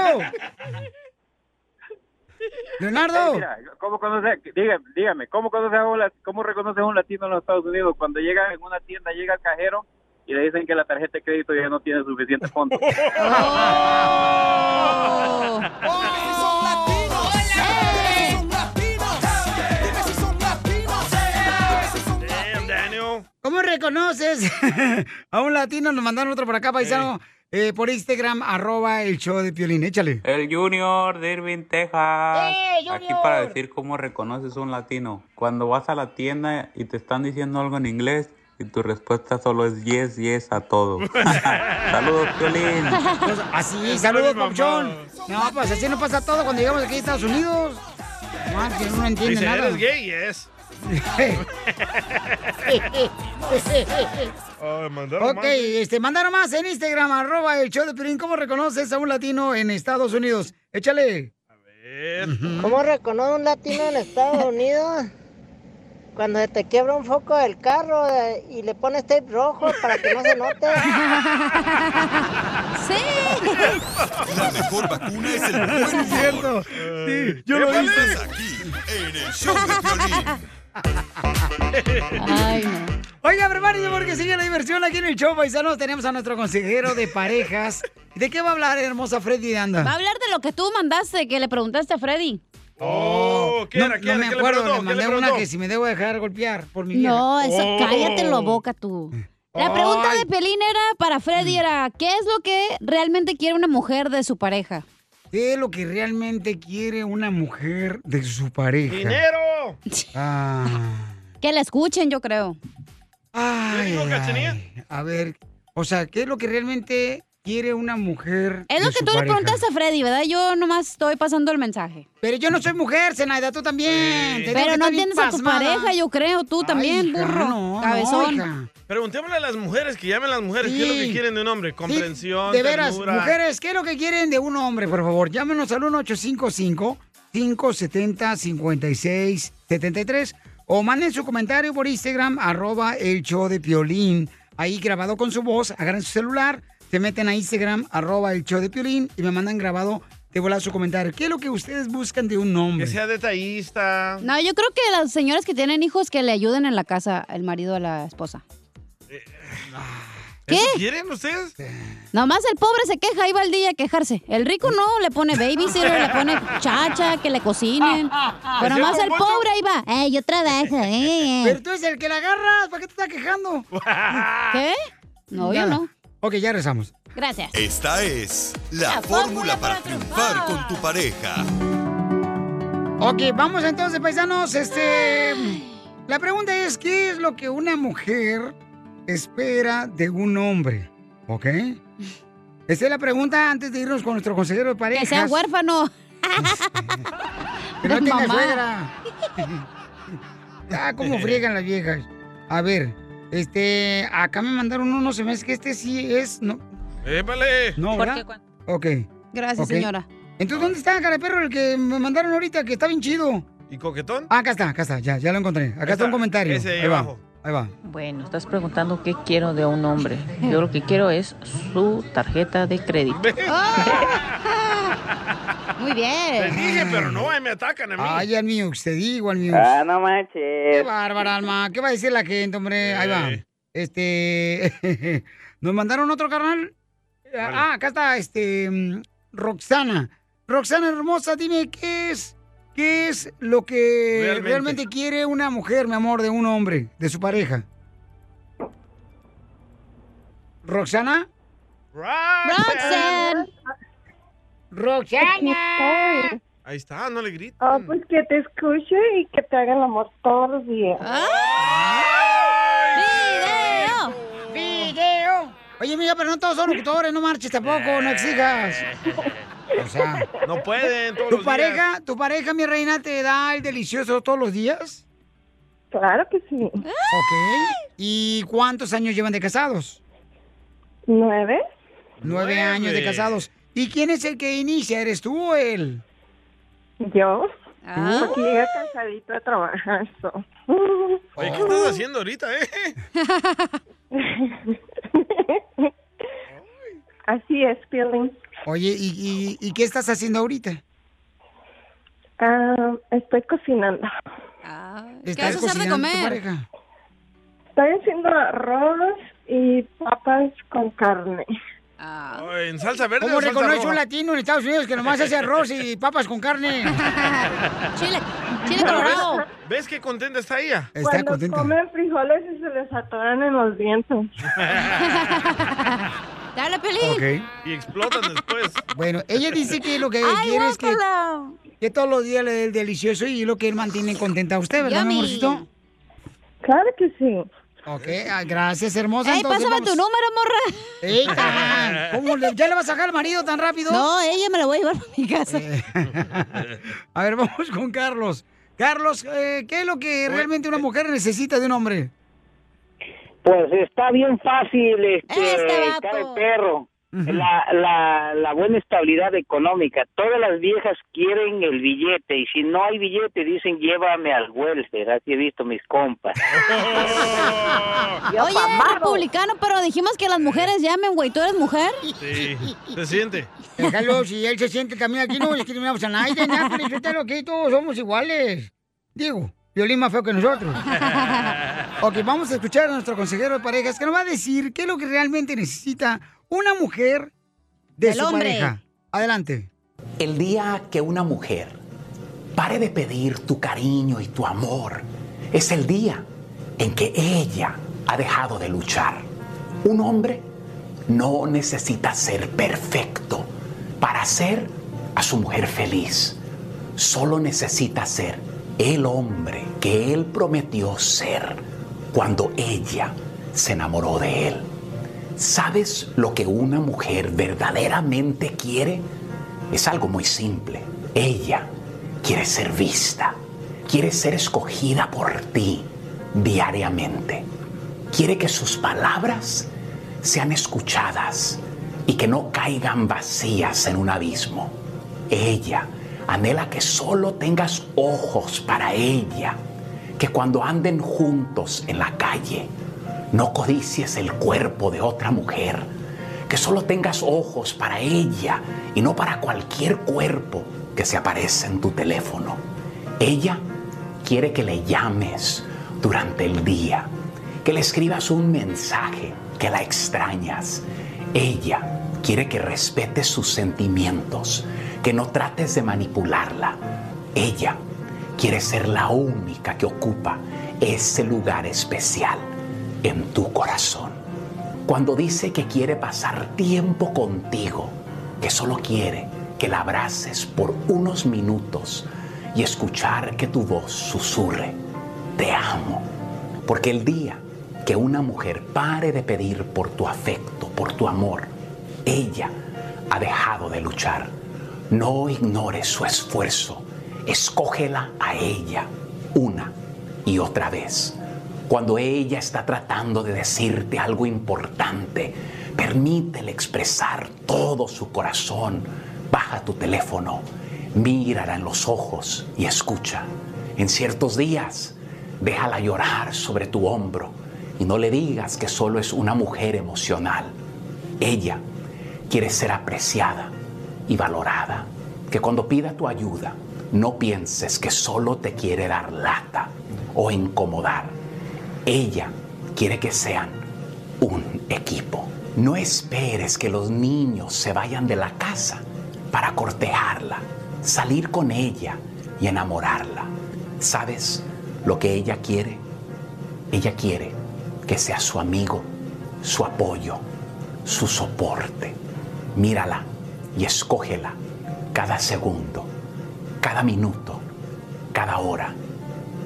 Leonardo. Eh, mira, ¿cómo conoce, dígame, dígame, ¿cómo conoce a un, lat- cómo reconoce a un latino en los Estados Unidos cuando llega en una tienda, llega al cajero y le dicen que la tarjeta de crédito ya no tiene suficiente Oh. Oh. fondos? ¿Cómo reconoces a un latino? Nos mandaron otro por acá, paisano, eh, por Instagram, arroba el show de Piolín. Échale. El Junior de Irving, Texas. ¡Eh, Aquí para decir cómo reconoces un latino. Cuando vas a la tienda y te están diciendo algo en inglés y tu respuesta solo es yes, yes a todo. Saludos, Piolín. Pues, así, saludos, Papuchón. No, pues así no pasa todo cuando llegamos aquí a Estados Unidos. No, que uno no entiende Dice, nada. ¿eres gay? Yes. Ay, mandaron ok, más. este, mandaron más en Instagram, arroba el show de Piolín. ¿Cómo reconoces a un latino en Estados Unidos? Échale. ¿Cómo reconoce un latino en Estados Unidos? Cuando se te quiebra un foco del carro eh, y le pones tape rojo para que no se note. La mejor vacuna es el buen humor. Sí, yo lo hice. aquí, en el show de Piolín. Oiga, prepárense porque sigue la diversión aquí en el show, paisanos. Tenemos a nuestro consejero de parejas. ¿De qué va a hablar, hermosa Freddy de Anda? Va a hablar de lo que tú mandaste, que le preguntaste a Freddy. Oh, ¿qué era? ¿Qué no era? me ¿Qué le acuerdo, preguntó? le ¿Qué mandé le una preguntó? que si me debo dejar golpear por mi vieja. No, eso, Oh. cállate la boca tú. La pregunta de Pelín era para Freddy era, ¿qué es lo que realmente quiere una mujer de su pareja? ¿Qué es lo que realmente quiere una mujer de su pareja? Oh. ¡Dinero! Ah, Que la escuchen, yo creo. ay, ay. A ver, o sea, ¿qué es lo que realmente quiere una mujer Es lo de que su tú le pareja? preguntaste a Freddy, ¿verdad? Yo nomás estoy pasando el mensaje. Pero yo no soy mujer, Zenaida, tú también. Te digo que Pero no estoy bien entiendes a tu pasmada. pareja, yo creo, tú también, hija, burro, no, no, cabezón. hija. Preguntémosle a las mujeres, que llamen las mujeres, ¿qué es lo Sí. que quieren de un hombre? Comprensión, De veras, ternura. mujeres, ¿qué es lo que quieren de un hombre, por favor? Llámenos al 1855-570-5673 o manden su comentario por Instagram, arroba el show de Piolín. Ahí grabado con su voz, agarran su celular, se meten a Instagram, arroba el show de Piolín y me mandan grabado de volar su comentario. ¿Qué es lo que ustedes buscan de un hombre? Que sea detallista. No, yo creo que las señoras que tienen hijos que le ayuden en la casa el marido a la esposa. ¿Qué? ¿Eso quieren ustedes? Nomás el pobre se queja, ahí va el día a quejarse. El rico no, le pone babysitter, le pone chacha, que le cocinen. Pero nomás el pobre ahí va. Eh, yo trabajo, eh. Pero tú eres el que la agarras, ¿para qué te estás quejando? ¿Qué? No, yo no. Ok, ya rezamos. Gracias. Esta es la, fórmula para triunfar con tu pareja. Ok, vamos entonces, paisanos. Este. La pregunta es: ¿qué es lo que una mujer espera de un hombre? ¿Ok? Esa es la pregunta antes de irnos con nuestro consejero de pareja. Que sea huérfano. Que no de tenga mamá. suegra. ah, cómo friegan las viejas. A ver, este. Acá me mandaron uno, no se me hace que este sí es. No, ¡Épale! no ¿verdad? Ok. Gracias, ok. señora. Entonces, ¿dónde está, cara de perro, el que me mandaron ahorita, que está bien chido? ¿Y coquetón? Ah, acá está, acá está, ya, ya lo encontré. Acá está, Esa- un comentario. ese ahí va, abajo. ahí va. Bueno, estás preguntando qué quiero de un hombre. Yo lo que quiero es su tarjeta de crédito. Muy bien. Les dije, pero no, ahí me atacan a mí. Ay, al mío, te digo, al mío. Ah, no manches. Qué bárbara, alma. ¿Qué va a decir la gente, hombre? Ahí va. Este. Nos mandaron otro carnal. Ah, acá está, este. mm, Roxana. Roxana hermosa, dime qué es. ¿Qué es lo que Realmente. realmente. quiere una mujer, mi amor, de un hombre, de su pareja? ¿Roxana? ¡Roxana! ¡Roxana! Ahí está, no le grito. Ah, pues que te escuche y que te haga el amor todos los días. Ah, ¡Video! ¡Video! Oye, mira, pero no todos son locutores, no marches tampoco, no exijas. O sea, no pueden todos ¿Tu los pareja, días. tu pareja, mi reina, te da el delicioso todos los días? Claro que sí. Ok. ¿Y cuántos años llevan de casados? ¿Nueve? Nueve años de casados. ¿Y quién es el que inicia? ¿Eres tú o él? Yo. Ah. Porque llega cansadito de trabajar. so. Oye, ¿qué estás haciendo ahorita, eh? Así es, Piolín. Oye, ¿y, y, y qué estás haciendo ahorita? Ah, estoy cocinando. ¿Estás vas a hacer de cocinando tu comer? pareja? Estoy haciendo arroz y papas con carne. Ay, ¿En salsa verde Ah. ¿Cómo o salsa reconoce roja? un latino en Estados Unidos que nomás hace arroz y papas con carne? Chile, Pero ¿Ves, ¿Ves qué contenta está ella? Cuando comen frijoles y se les atoran en los dientes. Dale, Y explotan después. Bueno, ella dice que lo que Ay, quiere es que, que todos los días le dé el delicioso y lo que él mantiene contenta a usted, ¿verdad, mi Yummy. amorcito? Claro que sí. Ok, ah, gracias, hermosa. Ey, Entonces, pásame tu vamos- número, morra. Ey, carnal, ¿cómo le- ¿Ya le vas a sacar al marido tan rápido? No, ella me la voy a llevar para mi casa. Eh. A ver, vamos con Carlos. Carlos, eh, ¿qué es lo que realmente una mujer necesita de un hombre? eh, Pues está bien fácil, este, cara de perro. Mm-hmm. La, la, la buena estabilidad económica. Todas las viejas quieren el billete y si no hay billete dicen llévame al welfare. Así he visto mis compas. Oh. Oye, republicano, pero dijimos que las mujeres llamen, güey. ¿Tú eres mujer? Sí, se siente. Déjalo, Eh. si él se siente también aquí, no discriminamos a nadie, nada, pero yo te lo que todos somos iguales. Digo, violín más feo que nosotros. Ok, vamos a escuchar a nuestro consejero de parejas que nos va a decir qué es lo que realmente necesita una mujer de Del su hombre. pareja. Adelante. El día que una mujer pare de pedir tu cariño y tu amor es el día en que ella ha dejado de luchar. Un hombre no necesita ser perfecto para hacer a su mujer feliz. Solo necesita ser el hombre que él prometió ser cuando ella se enamoró de él. ¿Sabes lo que una mujer verdaderamente quiere? Es algo muy simple. Ella quiere ser vista, quiere ser escogida por ti diariamente. Quiere que sus palabras sean escuchadas y que no caigan vacías en un abismo. Ella anhela que solo tengas ojos para ella, que cuando anden juntos en la calle, no codicies el cuerpo de otra mujer, que solo tengas ojos para ella y no para cualquier cuerpo que se aparece en tu teléfono. Ella quiere que le llames durante el día, que le escribas un mensaje, que la extrañas. Ella quiere que respetes sus sentimientos, que no trates de manipularla. Ella quiere ser la única que ocupa ese lugar especial en tu corazón. Cuando dice que quiere pasar tiempo contigo, que solo quiere que la abraces por unos minutos y escuchar que tu voz susurre, te amo. Porque el día que una mujer pare de pedir por tu afecto, por tu amor, ella ha dejado de luchar. No ignores su esfuerzo. Escógela a ella una y otra vez. Cuando ella está tratando de decirte algo importante, permítele expresar todo su corazón. Baja tu teléfono, mírala en los ojos y escucha. En ciertos días, déjala llorar sobre tu hombro y no le digas que solo es una mujer emocional. Ella quiere ser apreciada y valorada. Que cuando pida tu ayuda, no pienses que solo te quiere dar lata o incomodar. Ella quiere que sean un equipo. No esperes que los niños se vayan de la casa para cortejarla, salir con ella y enamorarla. ¿Sabes lo que ella quiere? Ella quiere que sea su amigo, su apoyo, su soporte. Mírala y escógela cada segundo, cada minuto, cada hora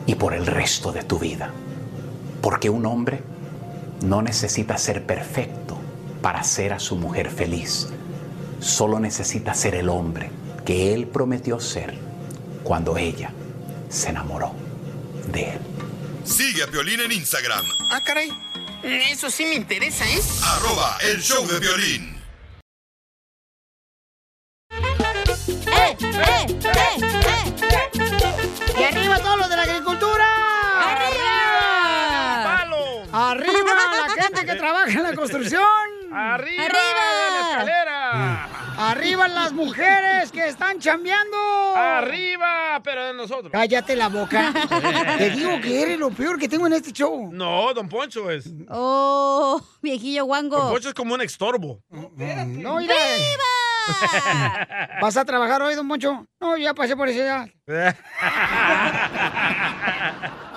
y por el resto de tu vida. Porque un hombre no necesita ser perfecto para hacer a su mujer feliz. Solo necesita ser el hombre que él prometió ser cuando ella se enamoró de él. Sigue a Violín en Instagram, Ah, caray. Ah, Eso sí me interesa, ¿eh? arroba el show de violín. ¡Eh, eh, eh, eh! ¡Y arriba todos los de la agricultura! ¡Arriba! ¡Arriba la gente que trabaja en la construcción! ¡Arriba, de la escalera! Ah. ¡Arriba las mujeres que están chambeando! ¡Arriba! Pero de nosotros. ¡Cállate la boca! Te digo que eres lo peor que tengo en este show. No, Don Poncho es. Oh, viejillo Don guango. Poncho es como un estorbo. No, mira. ¿Vas a trabajar hoy, don Moncho? No, ya pasé por esa edad.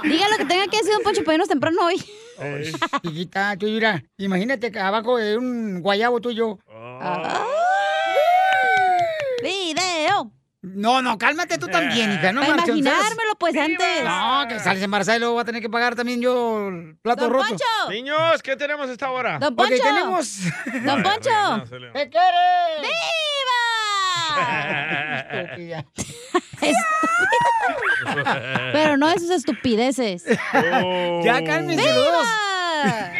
Diga lo que tenga que decir, don Poncho, para irnos temprano hoy. Chiquita, tú mira, imagínate que abajo de un guayabo tuyo. ¡Video! No, no, cálmate tú también, hija. No Para marches, imaginármelo, pues, antes. No, que sales embarazada y luego va a tener que pagar también yo el plato roto. Niños, ¿qué tenemos a esta hora? Don Poncho. Ah. Ok, tenemos- Don Poncho. ¿Qué quieres? ¡Viva! Pero no de sus estupideces. Ya cálmense ¡Viva! los dos.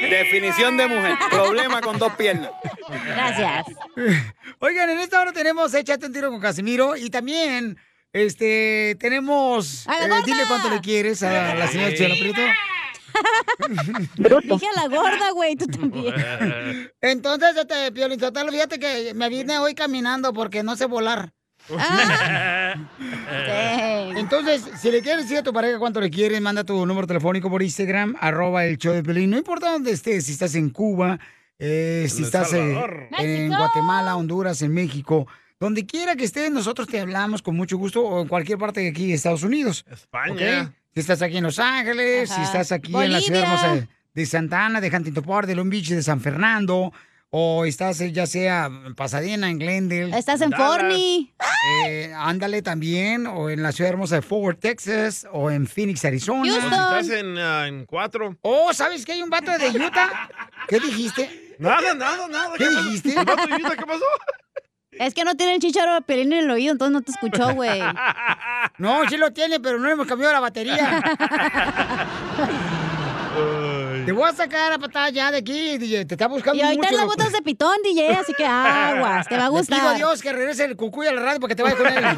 Definición de mujer. Problema con dos piernas. Gracias. Oigan, en esta hora tenemos Échate un tiro con Casimiro y también este tenemos eh, dile cuánto le quieres a la señora Chela Prieto. Dije a la gorda, güey, tú también. Entonces, este, Piolín Sotelo, fíjate que me vine hoy caminando porque no sé volar. Ah. Entonces, si le quieres decir a tu pareja cuánto le quieres, manda tu número telefónico por Instagram, arroba el show de Piolín. No importa dónde estés, si estás en Cuba, eh, si El estás eh, Salvador. en ¡México! Guatemala, Honduras, en México. Donde quiera que estés, nosotros te hablamos con mucho gusto o en cualquier parte de aquí de Estados Unidos. España. ¿ok? Si estás aquí en Los Ángeles, si Ajá. estás aquí en la ciudad Bolivia. hermosa de- de Santa Ana, de Huntington Park, de Long Beach, de San Fernando, o estás eh, ya sea en Pasadena, en Glendale. Estás en Dallas. Forney. Eh, ándale también, o en la ciudad hermosa de Fort Texas, o en Phoenix, Arizona. Pues estás en, ah, en cuatro. Oh, ¿sabes que hay un vato de Utah? ¿Qué dijiste? Nada, nada, nada. ¿Qué dijiste? ¿El vato de Utah qué pasó? Es que no tiene el chicharo de pelín en el oído, entonces no te escuchó, güey. No, sí lo tiene, pero no hemos cambiado la batería. Te voy a sacar a patada ya de aquí, DJ. Te está buscando Y ahorita mucho. la botas de pitón, DJ, así que aguas, te va a Le gustar. pido a Dios que regrese el cucuy a la radio porque te vaya con él. La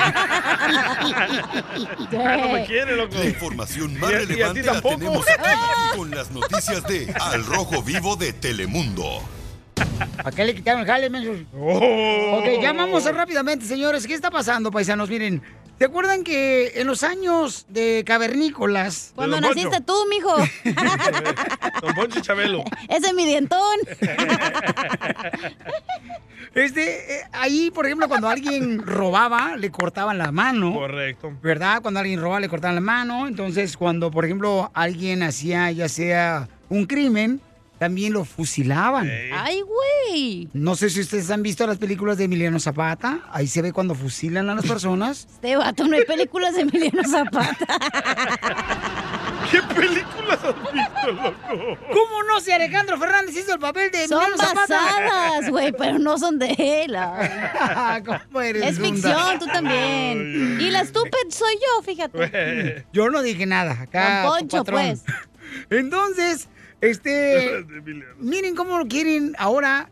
información más Y a- y a ti relevante la tampoco. tenemos aquí, con las noticias de Al Rojo Vivo de Telemundo. ¿A qué le quitaron el jale, mensos? Oh. Ok, llamamos rápidamente, señores. ¿Qué está pasando, paisanos? Miren, ¿se acuerdan que en los años de cavernícolas... Cuando naciste tú, mijo. Don Poncho Chabelo. Ese es mi dientón. Este, eh, ahí, por ejemplo, cuando alguien robaba, le cortaban la mano. Correcto. ¿Verdad? Cuando alguien robaba, le cortaban la mano. Entonces, cuando, por ejemplo, alguien hacía ya sea un crimen, también lo fusilaban. ¡Ay, güey! No sé si ustedes han visto las películas de Emiliano Zapata. Ahí se ve cuando fusilan a las personas. Este vato, no hay películas de Emiliano Zapata. ¿Qué películas has visto, loco? ¿Cómo no? Si Alejandro Fernández hizo el papel de Son Emiliano Zapata. basadas, güey, pero no son de él. ah. ¿Cómo eres, Es Zunda? ficción, tú también. Y la estúpida soy yo, fíjate. Yo no dije nada. Acá, Don tu Poncho, patrón. pues. Entonces, este. miren cómo quieren ahora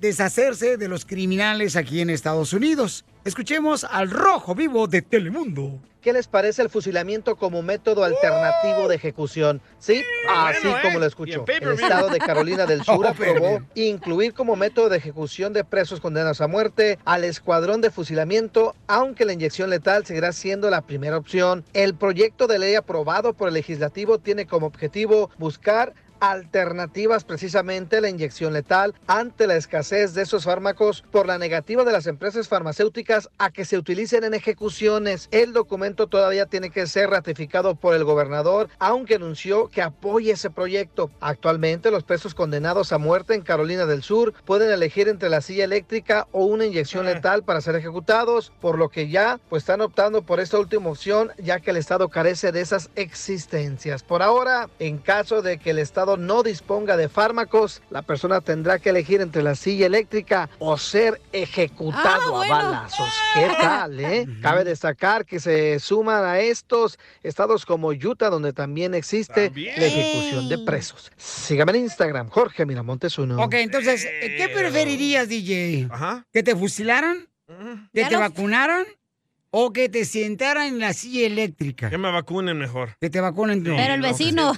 deshacerse de los criminales aquí en Estados Unidos. Escuchemos al rojo vivo de Telemundo. ¿Qué les parece el fusilamiento como método alternativo de ejecución? Sí, así bueno, ¿eh? como lo Y en escucho. El pay-per-view. estado de Carolina del Sur Oh, aprobó pay-per-view. incluir como método de ejecución de presos condenados a muerte al escuadrón de fusilamiento, aunque la inyección letal seguirá siendo la primera opción. El proyecto de ley aprobado por el legislativo tiene como objetivo buscar alternativas precisamente a la inyección letal ante la escasez de esos fármacos por la negativa de las empresas farmacéuticas a que se utilicen en ejecuciones. El documento todavía tiene que ser ratificado por el gobernador, aunque anunció que apoya ese proyecto. Actualmente los presos condenados a muerte en Carolina del Sur pueden elegir entre la silla eléctrica o una inyección Eh. letal para ser ejecutados, por lo que ya pues están optando por esta última opción ya que el Estado carece de esas existencias. Por ahora, en caso de que el Estado no disponga de fármacos, la persona tendrá que elegir entre la silla eléctrica o ser ejecutado Ah, a bueno. balazos. ¿Qué tal, eh? Cabe destacar que se suman a estos estados como Utah, donde también existe la ejecución de presos. Sígame en Instagram, Jorge Miramontes uno. Ok, entonces, eh, ¿qué preferirías, DJ? ¿Que te fusilaran? ¿Que Ya te lo- vacunaran? ¿O que te sentaran en la silla eléctrica? Que me vacunen mejor. pues Que te vacunen. no. Pero el vecino.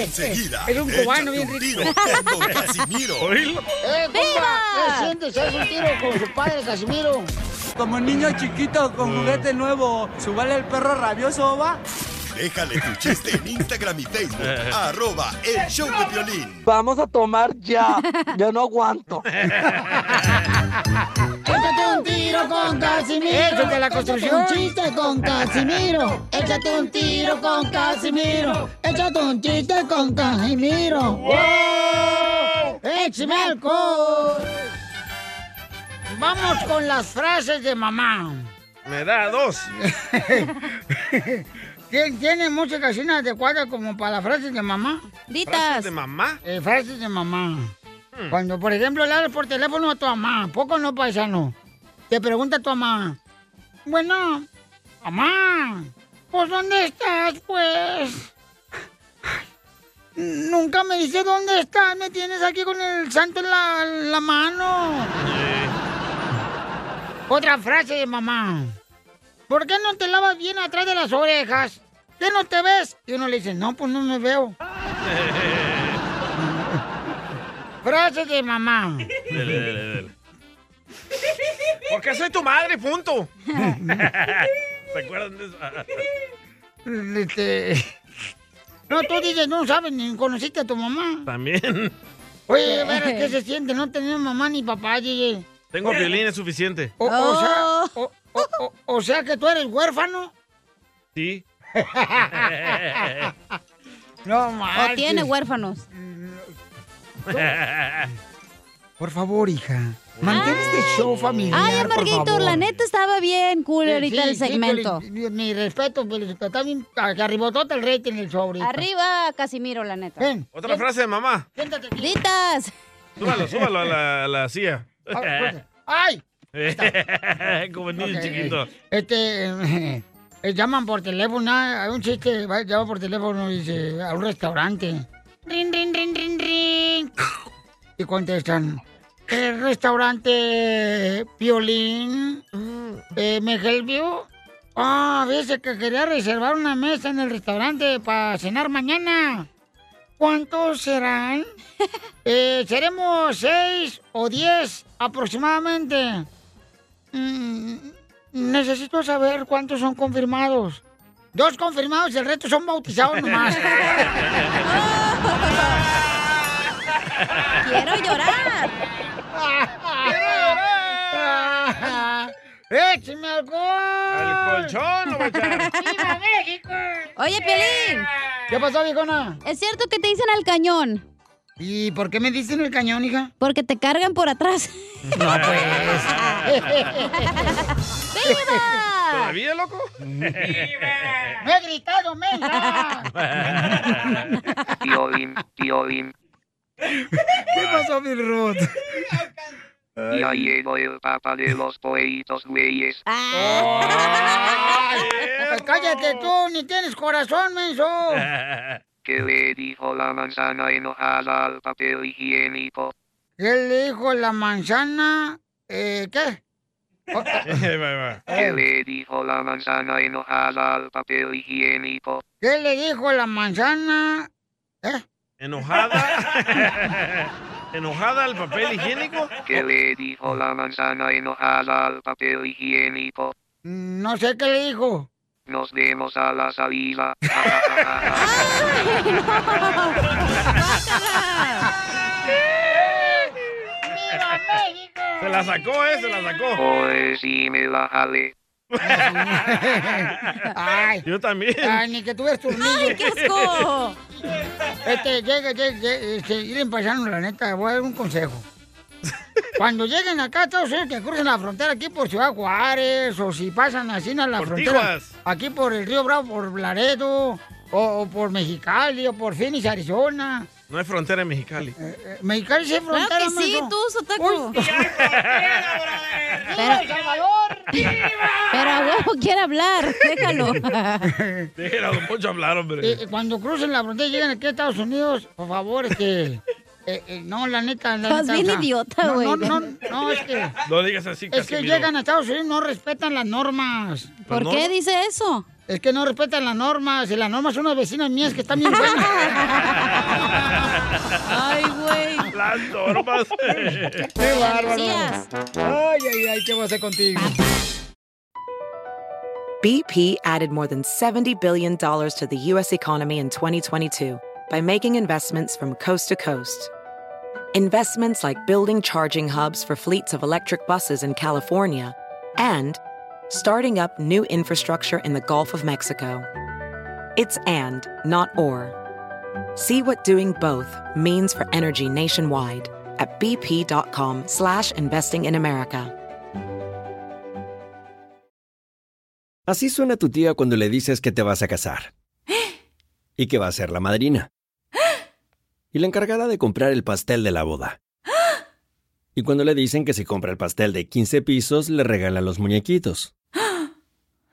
Enseguida, Es un cubano bien échate rico. un tiro con Don Casimiro. ¡Eh, compa! ¿Qué sientes? ¿Haz un tiro con su padre, Casimiro? Como niño chiquito Mm. con juguete nuevo, subale el perro rabioso, va. Déjale tu chiste en Instagram y Facebook. arroba el show de violín. Vamos a tomar ya. Yo no aguanto. Échate un tiro con Casimiro. Échate a la construcción. Échate un chiste con Casimiro. Échate un tiro con Casimiro. Échate un chiste con Casimiro. ¡Wow! ¡Échame alcohol! Vamos con las frases de mamá. Me da dos. ¿Tien- ¿Tiene muchas casinas adecuadas como para las frases de mamá? Ditas. ¿Frases de mamá? Eh, frases de mamá. Cuando, por ejemplo, le hablas por teléfono a tu mamá, poco no paisano, te pregunta tu mamá, bueno, mamá, pues ¿dónde estás, pues? Nunca me dice dónde estás, me tienes aquí con el santo en la, la mano. Otra frase de mamá. ¿Por qué no te lavas bien atrás de las orejas? ¿Qué no te ves? Y uno le dice, no, pues no me veo. Frase de mamá. Dele, dele, dele. Porque soy tu madre, punto. ¿Se acuerdan de eso? Este, No, tú dices, no sabes, ni conociste a tu mamá. También. Eh. Oye, a ver, ¿qué se siente no tener mamá ni papá, DJ? Tengo violín, es suficiente. O, Oh, o Oh. sea, o- o- o- o sea que tú eres huérfano. Sí. No, O manches. tiene huérfanos. Por favor, hija, mantén este show familiar, Ay, por Amarguito, favor. la neta estaba bien cool ahorita Sí, el sí, segmento. Piolín, mi, mi respeto, Piolín, pero está bien a- que arribotota el rating el show ahorita. Arriba, Casimiro, la neta. Ven. Otra frase de mamá. Siéntate. Ditas. Súbalo, súbalo a la, a la silla. ¡Ay! Como niño Ok. chiquito. Este, eh, llaman por teléfono, ah, hay un chiste, va, llama por teléfono y dice, a un restaurante. Rin, rin, rin, rin, rin. Y contestan, el restaurante Piolín, eh, ¿me helpio? Ah, dice que quería reservar una mesa en el restaurante para cenar mañana. ¿Cuántos serán? Eh, ¿Seremos seis o diez aproximadamente? Mm, necesito saber cuántos son confirmados. Dos confirmados, el resto son bautizados nomás. ¡Quiero llorar! ¡Écheme alcohol! ¡Al colchón, no va a echar. ¡Viva México! Oye, Pelín. ¿Qué pasó, viejona? ¿Es cierto que te dicen al cañón? ¿Y por qué me dicen el cañón, hija? Porque te cargan por atrás. No, pues. ¡Viva! ¿Todavía, loco? ¡No he gritado, menga! Tío Bim, tío Bim, ¿Qué pasó, mi robot? ya llegó el papa de los poeitos güeyes. Pues cállate tú, ni tienes corazón, menso. ¿Qué le dijo la manzana enojada al papel higiénico? ¿Qué le dijo la manzana? Eh, ¿Qué? Oh, ¿Qué le dijo la manzana enojada al papel higiénico? ¿Qué le dijo la manzana? ¿Eh? ¿Enojada? ¿Enojada al papel higiénico? ¿Qué le dijo la manzana enojada al papel higiénico? No sé qué le dijo. Nos vemos a la salida. ¡Viva México! Se la sacó, ¿eh? Se la sacó. Oye, Pues sí me la jalé. Ay. Yo también. Ay, ni que tuvieras turnillo. ¡Ay, qué asco! Este, llega, llega, llega, este, miren, paisanos, la neta, voy a dar un consejo. Cuando lleguen acá a Estados Unidos, que crucen la frontera aquí por Ciudad Juárez, o si pasan así a la Por frontera, Tijuas. aquí por el Río Bravo, por Laredo, o, o por Mexicali, o por Phoenix, Arizona. No hay frontera en Mexicali. Eh, Mexicali sí es Claro frontera, que sí, menso. tú, Sotaku. ¡Viva El Salvador! Pero a huevo quiere hablar, déjalo. Déjela, don Poncho, hablar, hombre. Eh, eh, cuando crucen la frontera y llegan aquí a Estados Unidos, por favor, este... eh, eh, no, la neta, la Estás neta, bien o sea, idiota, no, güey. No, no, no, es que... No digas así, Es que Casimiro. llegan a Estados Unidos y no respetan las normas. ¿Por ¿Las qué normas? dice eso? Es que no respetan las normas. Y las normas son unas vecinas mías que están bien buenas. Ay, güey. Las normas. ¡Qué bárbaro! Policías. ¡Ay, ay, ay! ¿Qué voy a hacer contigo? BP added more than $70 billion to the U.S. economy in 2022 by making investments from coast to coast. Investments like building charging hubs for fleets of electric buses in California and starting up new infrastructure in the Gulf of Mexico. It's and, not or. See what doing both means for energy nationwide at bp.com slash investing in America. Así suena tu tía cuando le dices que te vas a casar. Y que va a ser la madrina. Y la encargada de comprar el pastel de la boda. Y cuando le dicen que si compra el pastel de 15 pisos, le regalan los muñequitos.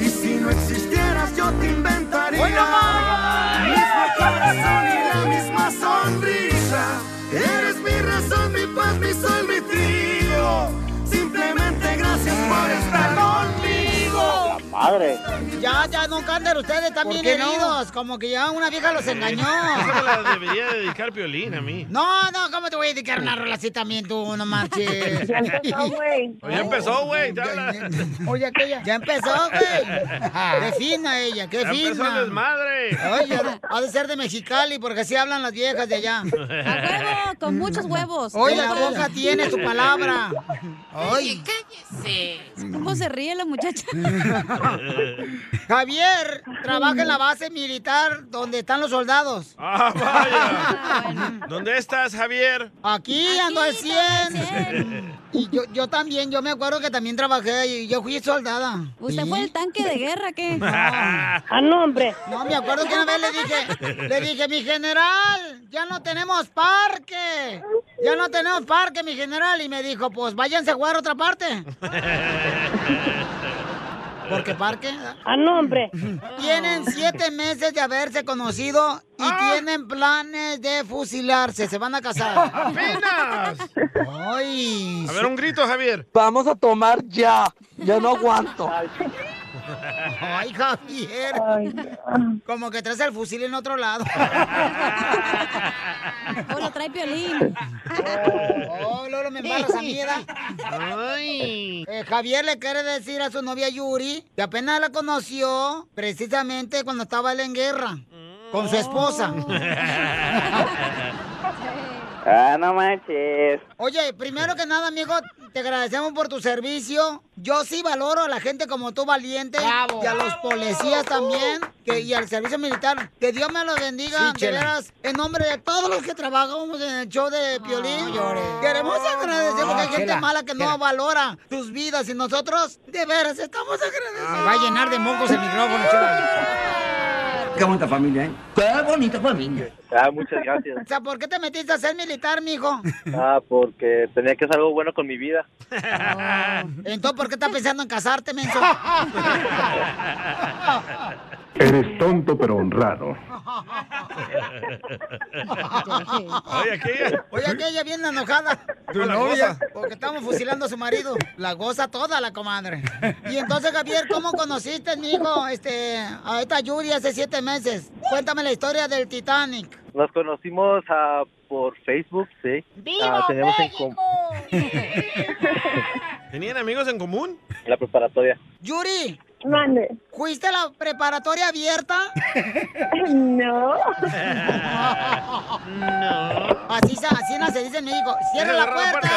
Y si no existieras yo te inventaría Mismo corazón y la misma sonrisa Eres mi razón, mi paz, mi sol, mi trío Simplemente gracias por estar conmigo Madre. Ya, ya, no canten ustedes también qué no? heridos. Como que ya una vieja los engañó. Esa me la debería dedicar Piolín a mí. No, no, ¿cómo te voy a dedicar una rola así también tú? No marches. Ya empezó, güey. Ya empezó, güey. te habla. Oye, aquella. Ya empezó, güey. Qué fina ella, qué Ya fina. empezó el desmadre. Oye, ha de ser de Mexicali porque así hablan las viejas de allá. ¡A huevo! Con muchos huevos. Oye, Con la huevos. boca tiene tu palabra. Ay. cállese. ¿Cómo se ríe la muchacha? Javier, trabaja en la base militar donde están los soldados. Ah, vaya. ¿Dónde estás, Javier? Aquí, ando al 100. Y yo, yo también, yo me acuerdo que también trabajé y yo fui soldada. ¿Usted fue el tanque de guerra qué? Ah, no, hombre. No, me acuerdo que una vez le dije, le dije, mi general, ya no tenemos parque. Ya no tenemos parque, mi general. Y me dijo, pues váyanse a jugar a otra parte. ¿Por qué parque? Ah, no, hombre. Tienen siete meses de haberse conocido y tienen planes de fusilarse. Se van a casar. ¡Apenas! ¡Ay! A ver, un grito, Javier. Vamos a tomar ya. Ya no aguanto. Ay, Javier. Como que traes el fusil en otro lado. O lo trae Piolín. Oh, Lolo, me embalas a mí, ¿verdad? Ay. Eh, Javier le quiere decir a su novia Yuri que apenas la conoció precisamente cuando estaba él en guerra con su Oh. esposa. Ah, no manches. Oye, primero que nada, amigo, te agradecemos por tu servicio. Yo sí valoro a la gente como tú, valiente, y a los policías también, que, y al servicio militar. Que Dios me los bendiga, Sí, de chela. veras, en nombre de todos los que trabajamos en el show de Piolín. Queremos agradecer porque hay Ah, gente chela, mala que chela. no valora tus vidas y nosotros, de veras, estamos agradecidos. va a llenar de mocos el micrófono, Qué bonita familia, ¿eh? Qué bonita familia. Ah, muchas gracias. O sea, ¿por qué te metiste a ser militar, mijo? Ah, porque tenía que hacer algo bueno con mi vida. Entonces, ¿por qué estás pensando en casarte, menso? Eres tonto pero honrado. Oye, aquella. Oye, aquella bien enojada. Tu novia. Porque estamos fusilando a su marido. La goza toda la comadre. Y entonces, Javier, ¿cómo conociste, mijo, este, a esta Yuri hace siete meses? Cuéntame la historia del Titanic. Nos conocimos ah, por Facebook, sí. Ah, teníamos en com- ¿Tenían amigos en común? la preparatoria. Yuri. Mande. ¿Fuiste a la preparatoria abierta? No. Así, se- así no se dice en México. ¡Cierra la puerta!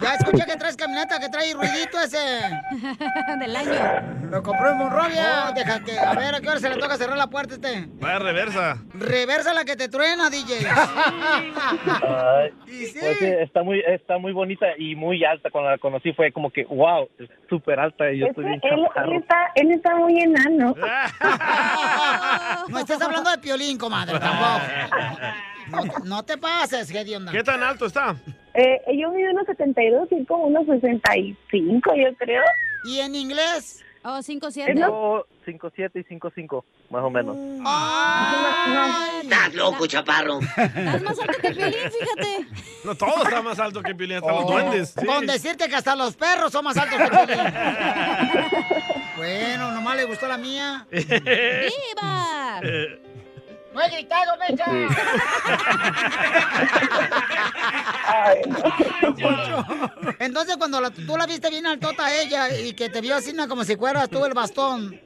ya escuché que traes camioneta, que trae ruidito ese. Del año. Lo compró en Monrovia. Oh. Deja que, a ver, ¿a qué hora se le toca cerrar la puerta a este? Vaya reversa. Reversa la que te truena, DJ. Ay, Y sí. pues, eh, está muy está muy bonita y muy alta. Cuando la conocí fue como que, wow, súper alta. Y yo estoy bien chaparro. está, él está muy enano. No estás hablando de piolín, comadre, tampoco. No, te- no te pases, Gedionda. ¿Qué tan alto está? Eh, yo mido unos 72 y él como unos 65, yo creo. ¿Y en inglés? Oh, 5 Es como 5-7 y 5-5, más o menos. Mm. Estás loco, chaparro. No, todo está más alto que Piolín, hasta los Oh, duendes. sí. Con decirte que hasta los perros son más altos que Piolín. bueno, nomás le gustó la mía. ¡Viva! ¡No he gritado, Mecha! Entonces, cuando la- tú la viste bien altota a ella y que te vio así ¿no? como si fueras tú el bastón,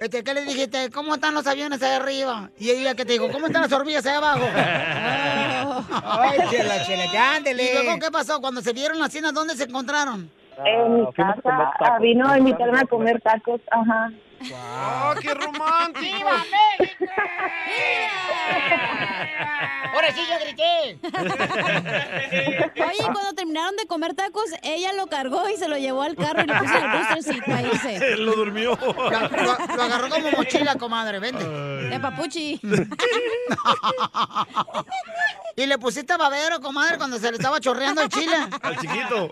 este, ¿qué le dijiste? ¿Cómo están los aviones ahí arriba? Y ella que te dijo, ¿cómo están las hormigas ahí abajo? Ay, chela, chela, ya, ándele. ¿Y luego qué pasó? Cuando se vieron las cenas, ¿dónde se encontraron? En mi casa, ah, tacos. vino a invitarme a comer tacos, ajá. ¡Oh, qué romántico! ¡Viva México! Ahora sí yo grité. Oye, y cuando terminaron de comer tacos, ella lo cargó y se lo llevó al carro y le puso el booster seat para irse. Ah. Lo durmió. Lo, lo agarró como mochila, comadre, vente. De papuchi. y le pusiste babero, comadre, cuando se le estaba chorreando el chile. Al chiquito.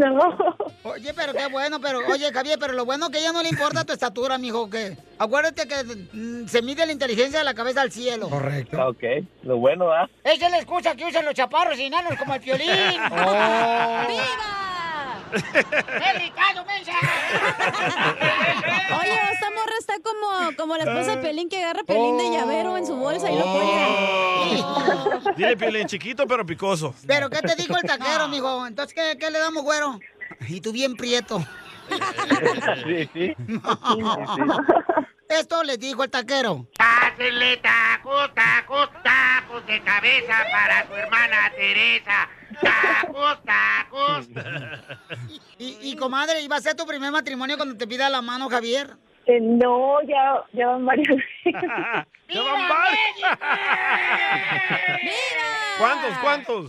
No. Oye, pero qué bueno, pero, oye, Javier, pero lo bueno que a ella no le importa tu estatura, mijo, que acuérdate que mm, se mide la inteligencia de la cabeza al cielo. Correcto. Ok, lo bueno, ¿ah? Esa es la excusa que usan los chaparros y nanos como el violín. Oye, esta morra está como, como la esposa Ah. de Pelín que agarra Pelín de llavero en su bolsa y Oh. lo Ah. cuelga. Dile Piolín, chiquito pero picoso. Pero, ¿qué te dijo el taquero, mijo? Entonces, ¿qué, qué le damos, güero? Y tú bien prieto. Sí, sí. Esto le dijo el taquero. Pásenle tacos, tacos, tacos de cabeza para tu hermana Teresa. Tacos, tacos. Y, y, comadre, ¿iba a ser tu primer matrimonio cuando te pida la mano, Javier? Eh, no, ya, ya van varias veces. ¿Cuántos, cuántos?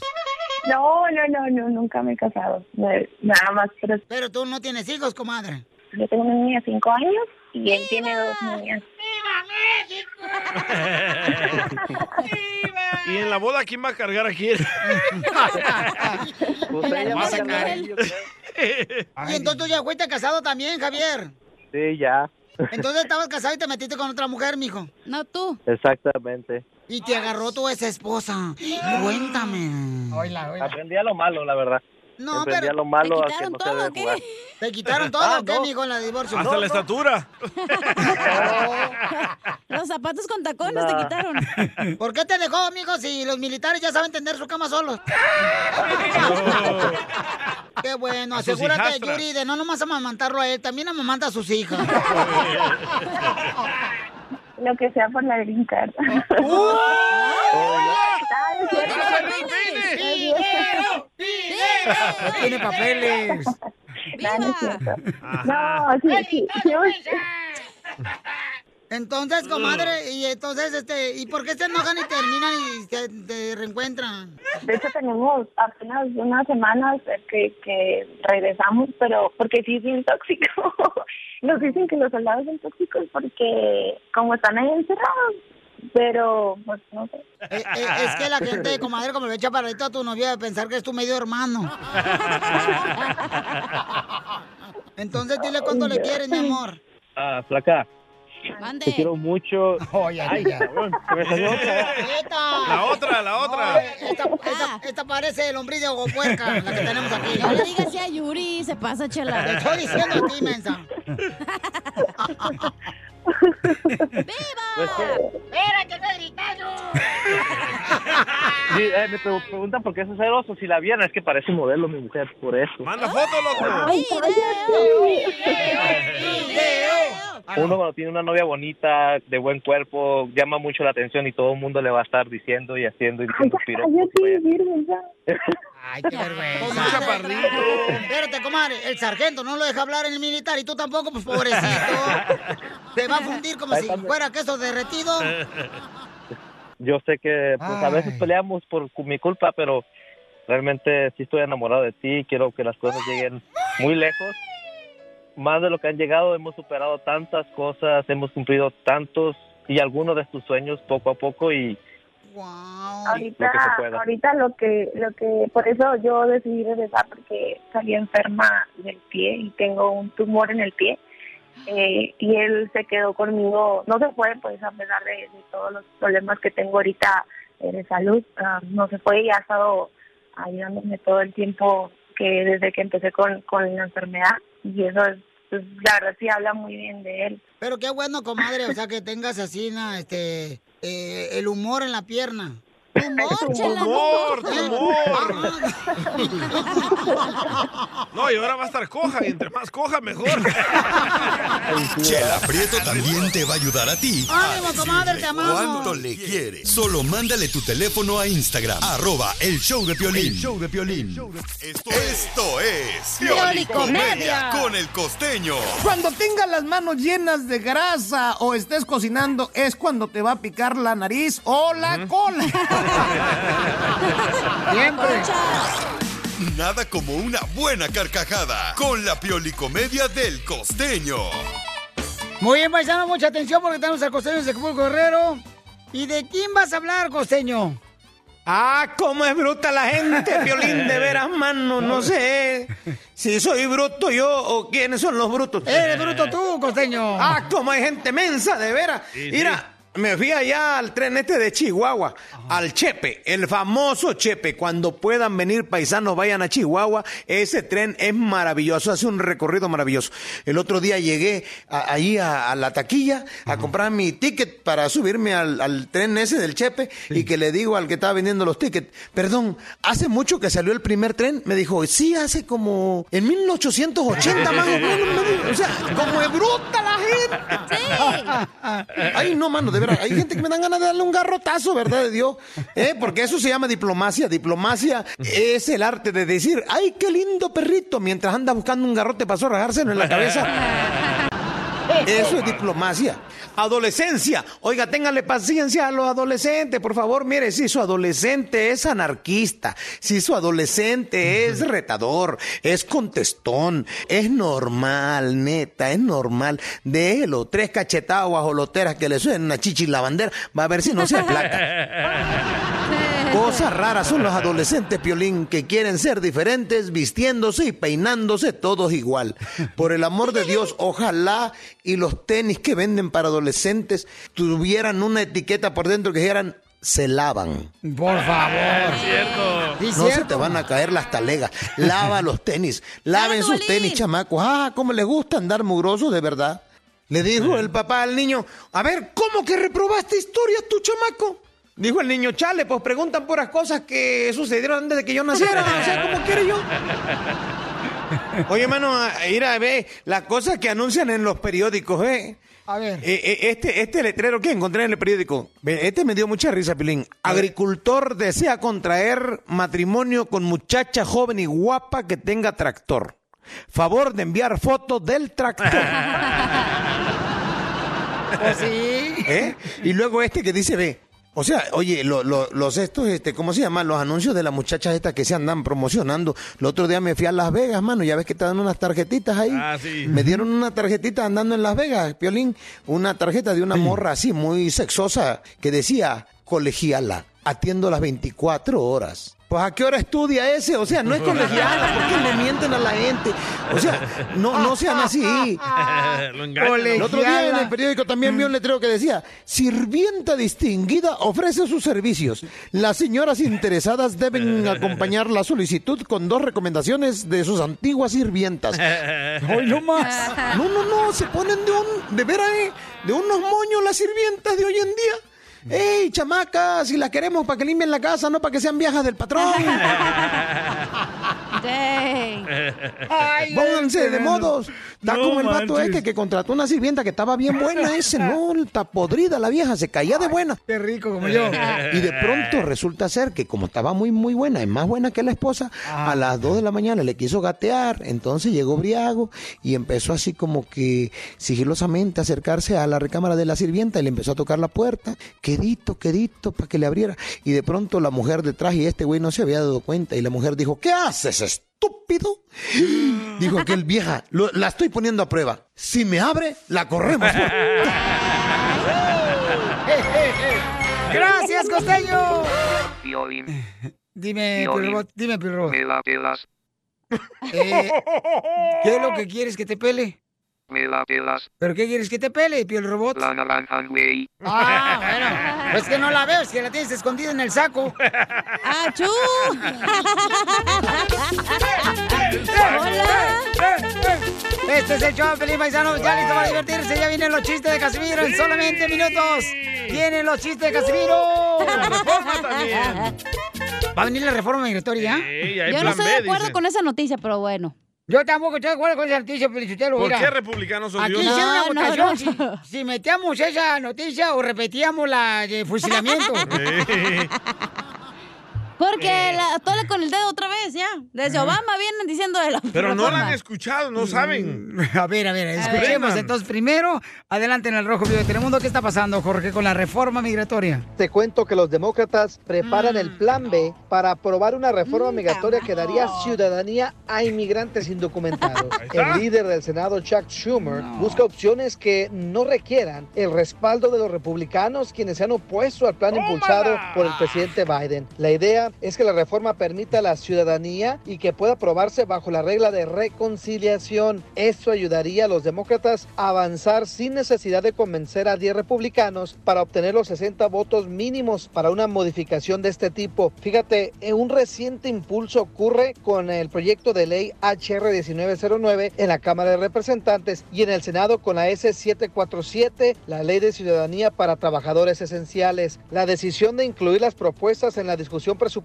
No, no, no, no, nunca me he casado. No, Nada más, pero Pero tú no tienes hijos, comadre. yo tengo una niña de 5 años y él tiene dos niñas. Y en la boda, ¿quién va a cargar a quién? Pues Vas a caer. Y entonces tú ya fuiste casado también, Javier. Sí, ya. Entonces estabas casado y te metiste con otra mujer, mijo. No tú. Exactamente. Y te agarró tu ex esposa. Cuéntame. Aprendí a lo malo, la verdad. No, Aprendí pero a lo malo ¿te a que quitaron no se todo debe o qué? jugar. ¿Te quitaron todo Ah, o qué, no. mijo, en la divorcio? Hasta la estatura. Los zapatos con tacones te Nah. quitaron. ¿Por qué te dejó, mijo, si los militares ya saben tender su cama solos? Qué bueno, A sus asegúrate, hijastras. Yuri, de no nomás amamantarlo a él, también amamanta a sus hijas. Lo que sea por la green card. Tiene papeles. No, no es cierto. No, sí, sí, sí, Entonces, comadre, y entonces, este, ¿y por qué se enojan y terminan y se te reencuentran? De hecho, tenemos apenas unas semanas eh, que, que regresamos, pero porque sí es bien tóxico. Nos dicen que los soldados son tóxicos porque como están ahí encerrados, pero pues no sé. Eh, es que la gente, comadre, como le echa paradito a tu novia de pensar que es tu medio hermano. Entonces, dile cuánto le quieres, mi amor. Ah, flaca. Mande. Te quiero mucho. Ay, cabrón, se me salió otra. ¡Esta! La otra, la otra. No, eh, esta, esta- esta parece el hombre de ojo puerca, la que tenemos aquí. No le digas así a Yuri, se pasa, chela. Te estoy diciendo a ti, mensa. Pues, eh, ¡Espérate, no he gritado! sí, eh, me pre- preguntan por qué es celoso. Si la vieron, es que parece modelo mi mujer, por eso. ¡Manda foto, loco! Ah, Uno cuando tiene una novia bonita, de buen cuerpo, llama mucho la atención y todo el mundo le va a estar diciendo y haciendo y diciendo piropos. Ay, qué vergüenza. Espérate, comadre, el sargento no lo deja hablar en el militar y tú tampoco, pues pobrecito. Te va a fundir como si fuera queso derretido. Eh. Yo sé que pues, a veces peleamos por cu- mi culpa, pero realmente sí estoy enamorado de ti. Quiero que las cosas lleguen muy lejos. Más de lo que han llegado, hemos superado tantas cosas, hemos cumplido tantos y algunos de tus sueños poco a poco y ahorita lo que se pueda. ahorita lo que lo que por eso yo decidí regresar porque salí enferma del pie y tengo un tumor en el pie Eh, y él se quedó conmigo no se fue pues a pesar de, de todos los problemas que tengo ahorita eh, de salud ah, no se fue y ha estado ayudándome todo el tiempo que desde que empecé con con la enfermedad y eso es pues, la verdad sí habla muy bien de él Pero qué bueno, comadre, o sea, que tengas así, na, este, eh, el humor en la pierna. ¡Humor, chela, Humor, no. humor. No, y ahora va a estar coja, y entre más coja, mejor. Chela Prieto también te va a ayudar a ti. a ¡Ánimo, comadre, te amamos! ¿Cuánto le quieres? Solo mándale tu teléfono a Instagram, arroba el show de Piolín. El show de Esto, Esto es Piolicomedia. Piolicomedia con el costeño. Cuando tengas las manos llenas de grasa o estés cocinando, es cuando te va a picar la nariz o la cola. Nada como una buena carcajada con la Piolicomedia del costeño. Muy bien, paisano, mucha atención porque tenemos al costeño de Acapulco Guerrero. ¿Y de quién vas a hablar, costeño? Ah, cómo es bruta la gente, Piolín, Este de veras, mano, no sé si soy bruto yo o quiénes son los brutos. Eres bruto tú, costeño. Ah, cómo hay gente mensa, de veras. Sí, Mira, me fui allá al tren este de Chihuahua, al Chepe, el famoso Chepe. Cuando puedan venir paisanos, vayan a Chihuahua. Ese tren es maravilloso, hace un recorrido maravilloso. El otro día llegué a- ahí a, a la taquilla a comprar mi ticket para subirme al, al tren ese del Chepe y que le digo al que estaba vendiendo los tickets, perdón, hace mucho que salió el primer tren. Me dijo, sí, hace como en 1880 más o menos. me dijo. O sea, como es bruta la gente. Ay, no, mano, de verdad. Hay gente que me dan ganas de darle un garrotazo, ¿verdad de Dios? Eh, Porque eso se llama diplomacia. Diplomacia es el arte de decir, ay, qué lindo perrito, mientras anda buscando un garrote para rajárselo en la cabeza. Eso es diplomacia. Adolescencia. Oiga, téngale paciencia a los adolescentes, por favor. Mire, si su adolescente es anarquista, si su adolescente es retador, es contestón, es normal, neta, es normal. Déjelo, tres cachetadas guajoloteras que le suenen a chichi la bandera, va a ver si no se aplaca. Cosas raras son los adolescentes, Piolín, que quieren ser diferentes vistiéndose y peinándose todos igual. Por el amor de Dios, ojalá y los tenis que venden para adolescentes tuvieran una etiqueta por dentro que dijeran se lavan. Por favor. Sí, No se cierto. te van a caer las talegas. Lava los tenis. Laven sus tenis, chamacos. Ah, cómo les gusta andar mugrosos, de verdad. Le dijo el papá al niño, a ver, ¿cómo que reprobaste historia tu chamaco? Dijo el niño, chale, pues preguntan puras cosas que sucedieron antes de que yo naciera. O sea, ¿cómo quiere yo? Oye, hermano, a- ir a ver las cosas que anuncian en los periódicos, ¿eh? A ver. Eh, eh, Este, este letrero que encontré en el periódico, ve, este me dio mucha risa, Pilín. Agricultor desea contraer matrimonio con muchacha joven y guapa que tenga tractor. Favor de enviar fotos del tractor. ¿Eh? Y luego este que dice, ve. O sea, oye, lo- lo- los estos, este, ¿cómo se llama? Los anuncios de las muchachas estas que se andan promocionando. El otro día me fui a Las Vegas, mano, ya ves que te dan unas tarjetitas ahí. Ah, sí. Me dieron una tarjetita andando en Las Vegas, Piolín, una tarjeta de una morra así muy sexosa que decía, colegiala, atiendo las 24 horas. Pues a qué hora estudia ese, o sea, no es colegiala, porque le mienten a la gente. O sea, no, no sean así. Lo engañan. El otro día en el periódico también vi un letrero que decía, sirvienta distinguida ofrece sus servicios. Las señoras interesadas deben acompañar la solicitud con dos recomendaciones de sus antiguas sirvientas. Hoy no más. No, no, no, se ponen de un, de veras, eh, de unos moños las sirvientas de hoy en día. ¡Ey, chamacas! Si las queremos para que limpien la casa, no para que sean viejas del patrón. Pónganse de modos. Está No como el vato manches. este que contrató una sirvienta que estaba bien buena ese, ¿no? Está podrida la vieja, se caía de buena. Qué rico como yo. Y de Ah. pronto resulta ser que como estaba muy, muy buena, es más buena que la esposa, a las 2 de la mañana le quiso gatear, entonces llegó Briago y empezó así como que sigilosamente a acercarse a la recámara de la sirvienta y le empezó a tocar la puerta, quedito, quedito, para que le abriera. Y de pronto la mujer detrás y este güey no se había dado cuenta y la mujer dijo, ¿qué haces, estúpido? Dijo aquel vieja, "Lo- la estoy poniendo a prueba. Si me abre, pues". la corremos. Gracias, costeño! Violín. Dime, Piolín. Pirrobot, dime, Pirrobot. Me la pelas, Eh, ¿Qué es lo que quieres que te pele? me la pelas. ¿Pero qué quieres que te pele, Piel Robot? La naranja, güey. Ah, bueno. Es que no la veo, es que la tienes escondida en el saco. ¡Achú! ¡Hola! Este es el show, feliz paisano. Ya listo para divertirse. Ya vienen los chistes de Casimiro en solamente minutos. Vienen los chistes de Casimiro. La reforma también. ¿Va a venir la reforma migratoria? Yo no estoy de acuerdo con esa noticia, pero bueno. Yo tampoco estoy de acuerdo con esa noticia, Pelichotelo. ¿Por qué republicanos Aquí odiosos? hicieron una Ah, No, no, votación. Si, si metíamos esa noticia o repetíamos la de fusilamiento. Porque Eh. la tole con el dedo otra vez, ya. Desde Obama vienen diciendo de la Pero no la reforma. han escuchado, no saben. Mm, A ver, a ver, escuchemos Aprendan. entonces primero. Adelante en el Rojo Vivo de Telemundo. ¿Qué está pasando, Jorge, con la reforma migratoria? Te cuento que los demócratas preparan el plan B para aprobar una reforma migratoria que daría ciudadanía a inmigrantes indocumentados. está. El líder del Senado, Chuck Schumer, busca opciones que no requieran el respaldo de los republicanos quienes se han opuesto al plan impulsado por el presidente Biden. La idea es que la reforma permita la ciudadanía y que pueda aprobarse bajo la regla de reconciliación. Esto ayudaría a los demócratas a avanzar sin necesidad de convencer a 10 republicanos para obtener los 60 votos mínimos para una modificación de este tipo. Fíjate, eh, un reciente impulso ocurre con el proyecto de ley HR 1909 en la Cámara de Representantes y en el Senado con la S 747, la Ley de Ciudadanía para Trabajadores Esenciales. La decisión de incluir las propuestas en la discusión presupuestal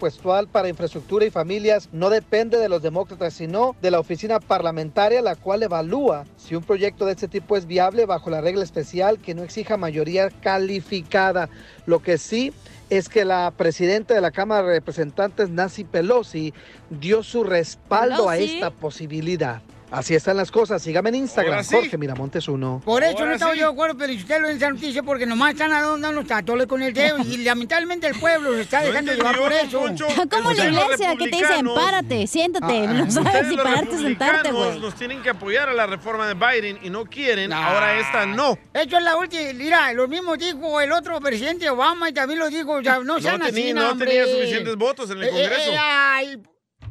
para infraestructura y familias no depende de los demócratas, sino de la oficina parlamentaria, la cual evalúa si un proyecto de este tipo es viable bajo la regla especial que no exija mayoría calificada. Lo que sí es que la presidenta de la Cámara de Representantes, Nancy Pelosi, dio su respaldo a Pelosi. esta posibilidad. Así están las cosas. Sígame en Instagram, Ahora sí. Jorge Miramontes 1. Por eso no estaba yo de acuerdo, pero usted lo esa noticia porque nomás están dando los tatoles con el dedo y lamentablemente el pueblo se está No dejando llevar por eso. Como la iglesia que te dicen, párate, siéntate. No sabes Ah, Ustedes, si los pararte o sentarte, republicanos, güey. Nos tienen que apoyar a la reforma de Biden y no quieren. Ahora esta no. Esto es la última. Mira, lo mismo dijo el otro presidente Obama y también lo dijo. Ya, no No sean tenía- así, no hombre. tenía suficientes votos en el Eh, eh, Congreso. eh, ay,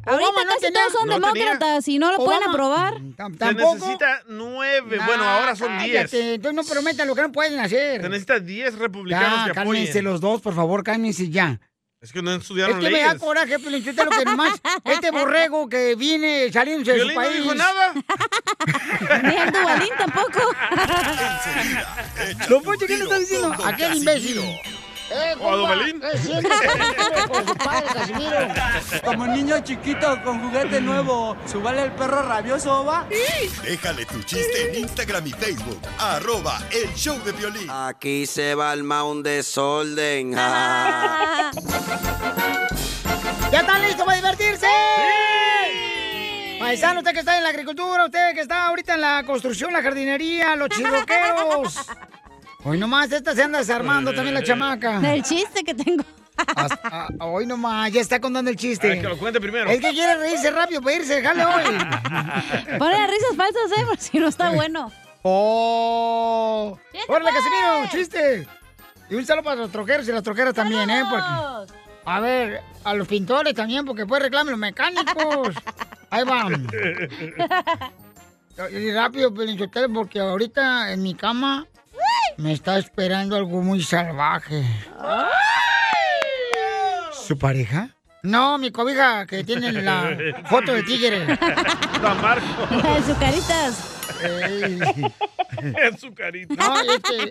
Ahorita Obama no casi tenía- todos son no tenía. demócratas y no lo pueden Obama. mm, aprobar. Se necesita nueve. bueno, Nah, ahora son diez. cállate, Entonces no prometan lo que no pueden hacer. Se necesita diez republicanos Ya, que apoyen. cálmense los dos, por favor, cálmense ya. Es que no Es estudiaron que me leyes. da coraje, Pelinchotelo, que nomás este borrego que viene saliendo de su Piolín no país. dijo nada. Ni el Dubalín tampoco. Lo mucho que le está diciendo. Aquel imbécil. ¡Eh, ¿O a Dubalín? Eh, siempre se con su padre, Casimiro. Como niño chiquito con juguete nuevo, subale el perro rabioso, va. Déjale tu chiste en Instagram y Facebook, arroba el show de violín. Aquí se va el un desorden. ah. ¿Ya están listos para divertirse? Paisano, usted que está en la agricultura, usted que está ahorita en la construcción, la jardinería, los chirroqueros. Hoy nomás, esta se anda desarmando también la Eh. chamaca. El chiste que tengo. hoy nomás, ya está contando el A ver, chiste. que lo cuente primero. El que quiere reírse rápido para irse, déjale hoy. Ponle las risas falsas, eh, porque si no está bueno. ¡Oh! ¡Órale, Casimiro! ¡Chiste! Y un saludo para los troqueros y las troqueras también, ¿eh? Porque, a ver, a los pintores también, porque pues reclamen los mecánicos. Ahí van. Y rápido, Pelinchotel, porque ahorita en mi cama me está esperando algo muy salvaje. ¿Su pareja? No, mi cobija que tiene la foto de tigre. La de sus caritas. Es su carita. No, es que-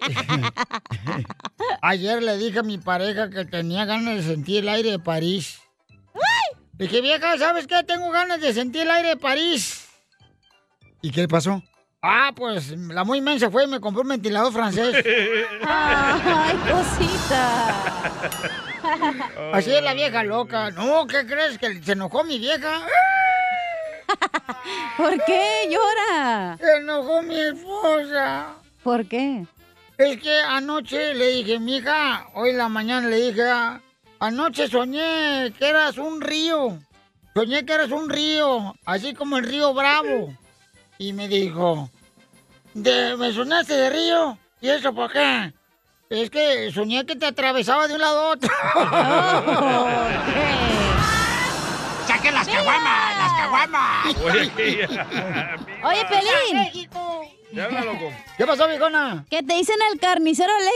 Ayer le dije a mi pareja que tenía ganas de sentir el aire de París. Le dije, vieja, ¿sabes qué? Tengo ganas de sentir el aire de París. ¿Y qué pasó? Ah, pues la muy mensa fue y me compró un ventilador francés. Ay, cosita! Así es la vieja loca. No, ¿qué crees? Que se enojó mi vieja. ¿Por qué llora? Se enojó mi esposa. ¿Por qué? Es que anoche le dije, mija, hoy en la mañana le dije, "Ah, anoche soñé que eras un río. Soñé que eras un río, así como el río Bravo. Y me dijo, "De- ¿me soñaste de río? ¿Y eso por qué? Es que soñé que te atravesaba de un lado a otro. ¡Oh! ¡Saquen las caguamas! ¡Las caguamas! Oye, Pelín. ¿Qué pasó, viejona? ¿Qué te dicen el carnicero alegre?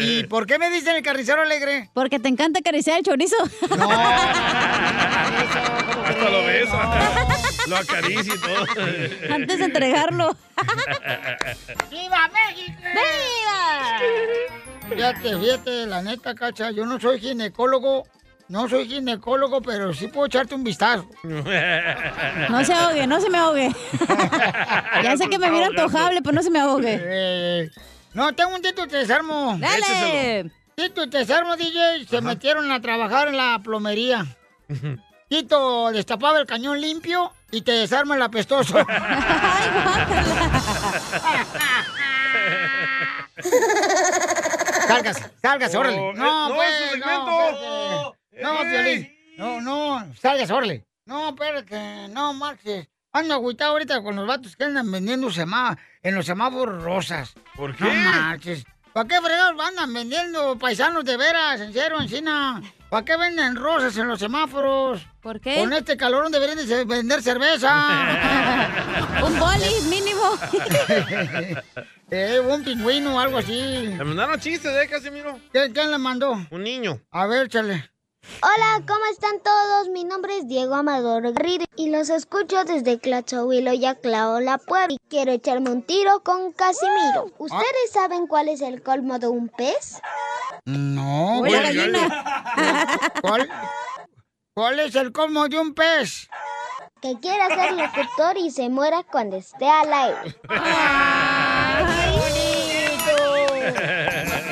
¿Y por qué me dicen el carnicero alegre? Porque te encanta acariciar el chorizo. Hasta lo besa. Lo acaricia y todo. Antes de entregarlo. ¡Viva México! ¡Viva! Fíjate, fíjate, la neta, cacha, yo no soy ginecólogo. No soy ginecólogo, pero sí puedo echarte un vistazo. No se ahogue, no se me ahogue. ya sé que me mira antojable, pero no se me ahogue. Eh, no, tengo un tito y te desarmo. Dale. Tito y te desarmo, DJ. Se metieron a trabajar en la plomería. Tito destapaba el cañón limpio y te desarma el apestoso. sálgase, sálgase, órale. Oh, No, eh, no, pues, su segmento. no, espérate. No, Ey. Piolín. No, no, sálgase, órale. No, espérate, no, marches. Ando agüitado ahorita con los vatos que andan vendiendo semá en los semáforos rosas. ¿Por No marches. ¿Para qué fregados andan vendiendo paisanos de veras, en serio, encina? ¿Para qué venden rosas en los semáforos? ¿Por qué? Con este calorón deberían de ce- vender cerveza. Un boli mínimo. eh, un pingüino o algo así. Le mandaron chistes, ¿eh, Casimiro? ¿Qué- ¿Quién le mandó? Un niño. A ver, chale. Hola, ¿cómo están todos? Mi nombre es Diego Amador Garrido y los escucho desde Clachohuilo y la Puebla. Y quiero echarme un tiro con Casimiro. Uh. Ah. ¿Ustedes saben cuál es el colmo de un pez? No. Hola, ¿cuál- Oh, ¿Cuál, cuál es el colmo de un pez? Que quiera ser locutor y se muera cuando esté al aire.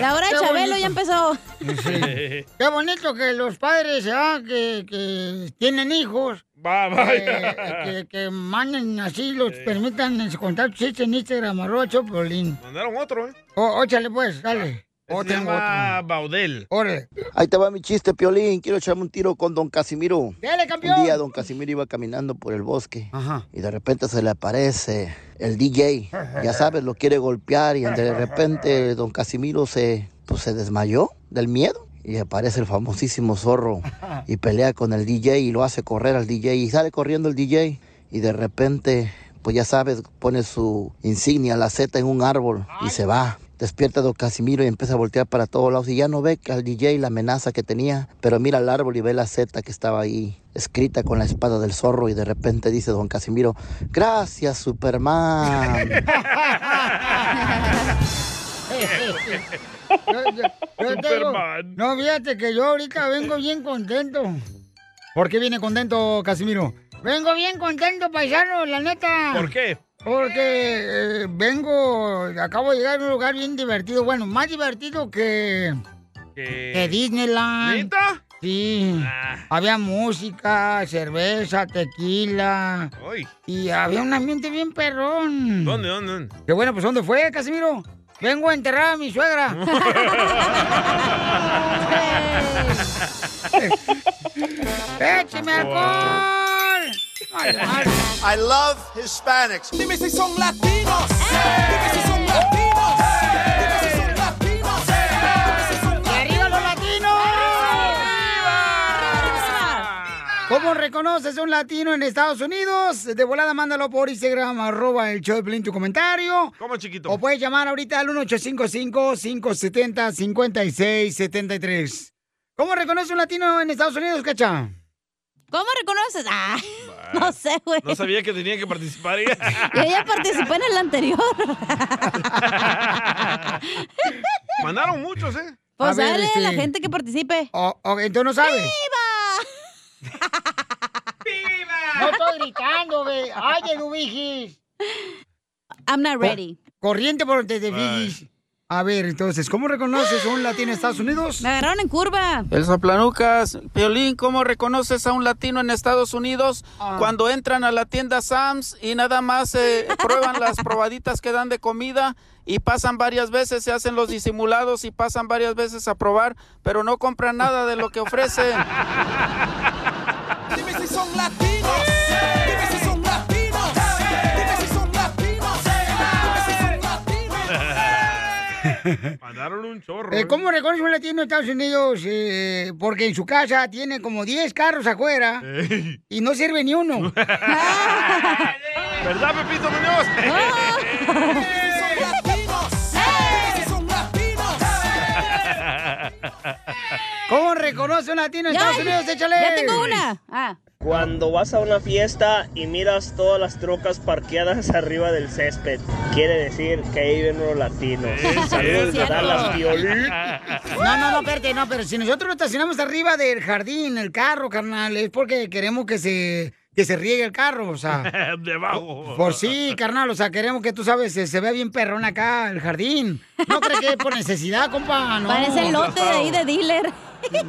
La hora de Qué Chabelo bonito. ya empezó. Qué bonito que los padres ah, que, que tienen hijos. vaya. eh, que, que manden así, los permitan contar sus chistes en Instagram, arroba Chopolin. Mandaron otro, ¿eh? Ó- óchale pues, dale. Este se llama Baudel. Órale. Ahí te va mi chiste, Piolín. Quiero echarme un tiro con don Casimiro. Dale, campeón. Un día don Casimiro iba caminando por el bosque y de repente se le aparece el DJ. Ya sabes, lo quiere golpear y de repente don Casimiro se, pues, se desmayó del miedo. Y aparece el famosísimo zorro y pelea con el DJ y lo hace correr al DJ y sale corriendo el DJ y de repente, pues ya sabes, pone su insignia, la Z en un árbol y se va. Despierta don Casimiro y empieza a voltear para todos lados y ya no ve que al DJ la amenaza que tenía, pero mira al árbol y ve la Z que estaba ahí escrita con la espada del zorro y de repente dice don Casimiro, gracias Superman. Yo- yo- yo tengo- no, fíjate que yo ahorita vengo bien contento. ¿Por qué viene contento, Casimiro? Vengo bien contento, paisano, la neta. ¿Por qué? Porque eh, vengo, acabo de llegar a un lugar bien divertido. Bueno, más divertido que, que Disneyland. ¿Neta? Ah. Sí. Había música, cerveza, tequila. Uy. Y había un ambiente bien perrón. ¿Dónde, dónde, dónde? Qué bueno, pues ¿dónde fue, Casimiro? Vengo a enterrar a mi suegra. ¡Écheme alcohol! I love Hispanics. Dime si son latinos. Dime si son latinos. Dime si son latinos. ¡Y arriba los latinos! ¿Cómo reconoces a un latino en Estados Unidos? De volada, mándalo por Instagram, arroba el show de Piolín, tu comentario. ¿Cómo, chiquito? O puedes llamar ahorita al 1855-570-5673. ¿Cómo reconoce un latino en Estados Unidos, cacha? ¿Cómo reconoces? Ah, no sé, güey. No sabía que tenía que participar ¿eh? ella. Yo ya participé en el anterior. Mandaron muchos, ¿eh? Pues dale a la este. gente que participe. O, entonces no sabes. ¡Viva! No estoy gritando, güey. ¡Ay, Eduvigis! I'm not ready. Corriente por donde te vigis. A ver, entonces, ¿cómo reconoces a un latino en Estados Unidos? Me agarraron en curva. El Soplanucas, Piolín, ¿cómo reconoces a un latino en Estados Unidos Ah. cuando entran a la tienda Sam's y nada más eh, prueban las probaditas que dan de comida y pasan varias veces, se hacen los disimulados y pasan varias veces a probar, pero no compran nada de lo que ofrecen? Dime si son latinos. Dime si son latinos. Dime si son latinos. Dime si son latinos. Mandaron un chorro. Eh, ¿Cómo reconoce un latino en Estados Unidos? eh, porque en su casa tiene como 10 carros afuera y no sirve ni uno. ¿Verdad, Pepito Muñoz? ¿Cómo reconoce un latino en Ya, ya, Estados Unidos? Échale. ya tengo una. Ah. Cuando vas a una fiesta y miras todas las trocas parqueadas arriba del césped, quiere decir que ahí viven los latinos. Saludos, cierto. Dallas, Piolín. No, no, no, espérate, no, pero si nosotros lo estacionamos arriba del jardín, el carro, carnal, es porque queremos que se, que se riegue el carro, o sea. Debajo. Por sí, carnal, o sea, queremos que tú sabes, se, se vea bien perrón acá el jardín. No crees que es por necesidad, compa, no. Parece el lote de ahí de dealer. Eh,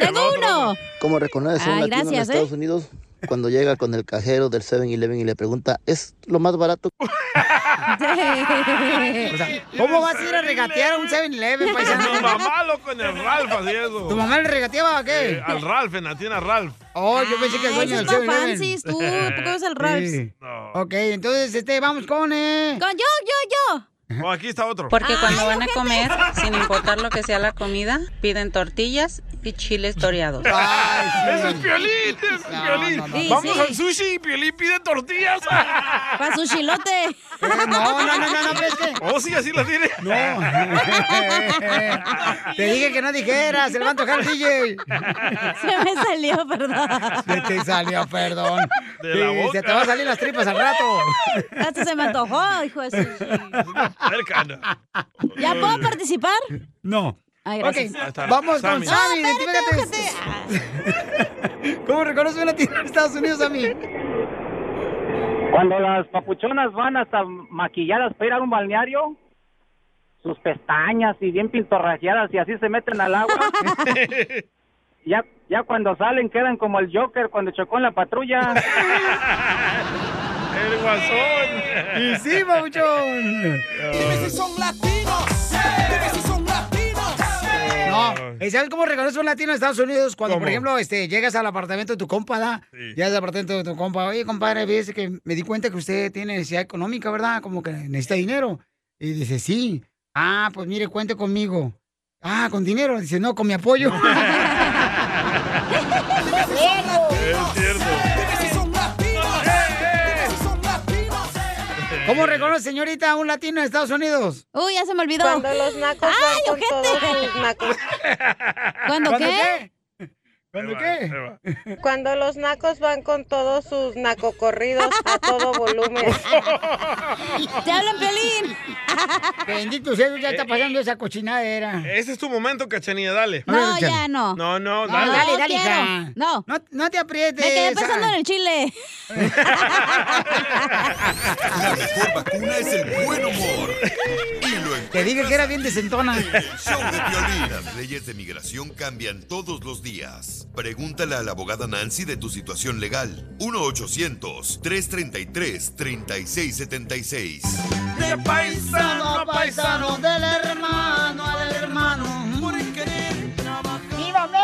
Tengo uno. ¿Cómo reconoce un Ay, latino en gracias, ¿eh? Estados Unidos cuando llega con el cajero del 7-Eleven y le pregunta, ¿es lo más barato? O sea, ¿Cómo vas a ir a regatear a un 7-Eleven, paisano? Tu mamá, loco, en el Ralph hacía eso. ¿Tu mamá le regateaba a qué? Eh, al Ralph, en la tienda Ralph. Oh, yo pensé que el dueño ese es del 7 pa' fancies, tú, ¿por qué ves al Ralph's? Ok, entonces, este, vamos con... eh, Con yo, yo, yo. Oh, aquí está otro. Porque Ah, cuando van a comer, sin importar lo que sea la comida, piden tortillas y chiles toreados. Ah, ¡Ese es Piolín! ¡Ese es Piolín! no, no. Sí, Vamos sí. al sushi y Piolín pide tortillas. Para su chilote. No, no, no, no, no, pero es que- Oh, sí, así la tiene. No. Te dije que no dijeras, se le va a antojar el DJ. Se me salió, perdón. Se te salió, perdón. De la Sí, boca. Se te van a salir las tripas al rato. Hasta se me antojó, hijo de su... ¿Ya puedo participar? No. Ay, Ok, Ah, gracias. vamos con Sammy. Sammy. No, espérate, identifícate. ¿Cómo reconoce un latino en Estados Unidos a mí? Cuando las papuchonas van hasta maquilladas para ir a un balneario, sus pestañas y bien pintorrajeadas y así se meten al agua. ya, ya cuando salen quedan como el Joker cuando chocó en la patrulla. El guasón. Y sí, Pabuchón. Dime si son latinos. Dime si son latinos. No, eh, ¿sabes cómo reconoce un latino en Estados Unidos? Cuando, por ejemplo, este, llegas al apartamento de tu compa, ¿da? Llegas al apartamento de tu compa, oye, compadre, fíjese que me di cuenta que usted tiene necesidad económica, ¿verdad? Como que necesita dinero. Y dice, sí. Ah, pues mire, cuente conmigo. Ah, con dinero. Dice, no, con mi apoyo. Es cierto. Dime si son latinos. Dime si son latinos. ¿Cómo reconoce, señorita, a un latino en Estados Unidos? Uy, ya se me olvidó. Cuando los nacos ¡Ay, van con ojete! todos sus nacos. ¿Cuándo ¿Cuándo qué? ¿Cuándo qué? Cuando los nacos van con todos sus nacocorridos a todo volumen. ¡Te hablan, Pelín! Bendito sea, ya está pasando esa cochinadera. Ese es tu momento, Cachanilla, dale. No, ya no. No, no, No, dale. dale, dale, quiero. hija. No. no. te aprietes. Me quedé ah. pensando en el chile. La mejor vacuna es el buen humor. Te dije que era bien desentona. Show de Piolín. Las leyes de migración cambian todos los días. Pregúntale a la abogada Nancy de tu situación legal. 1-800-333-3676. De paisano a paisano. Del hermano al hermano. Por el querer.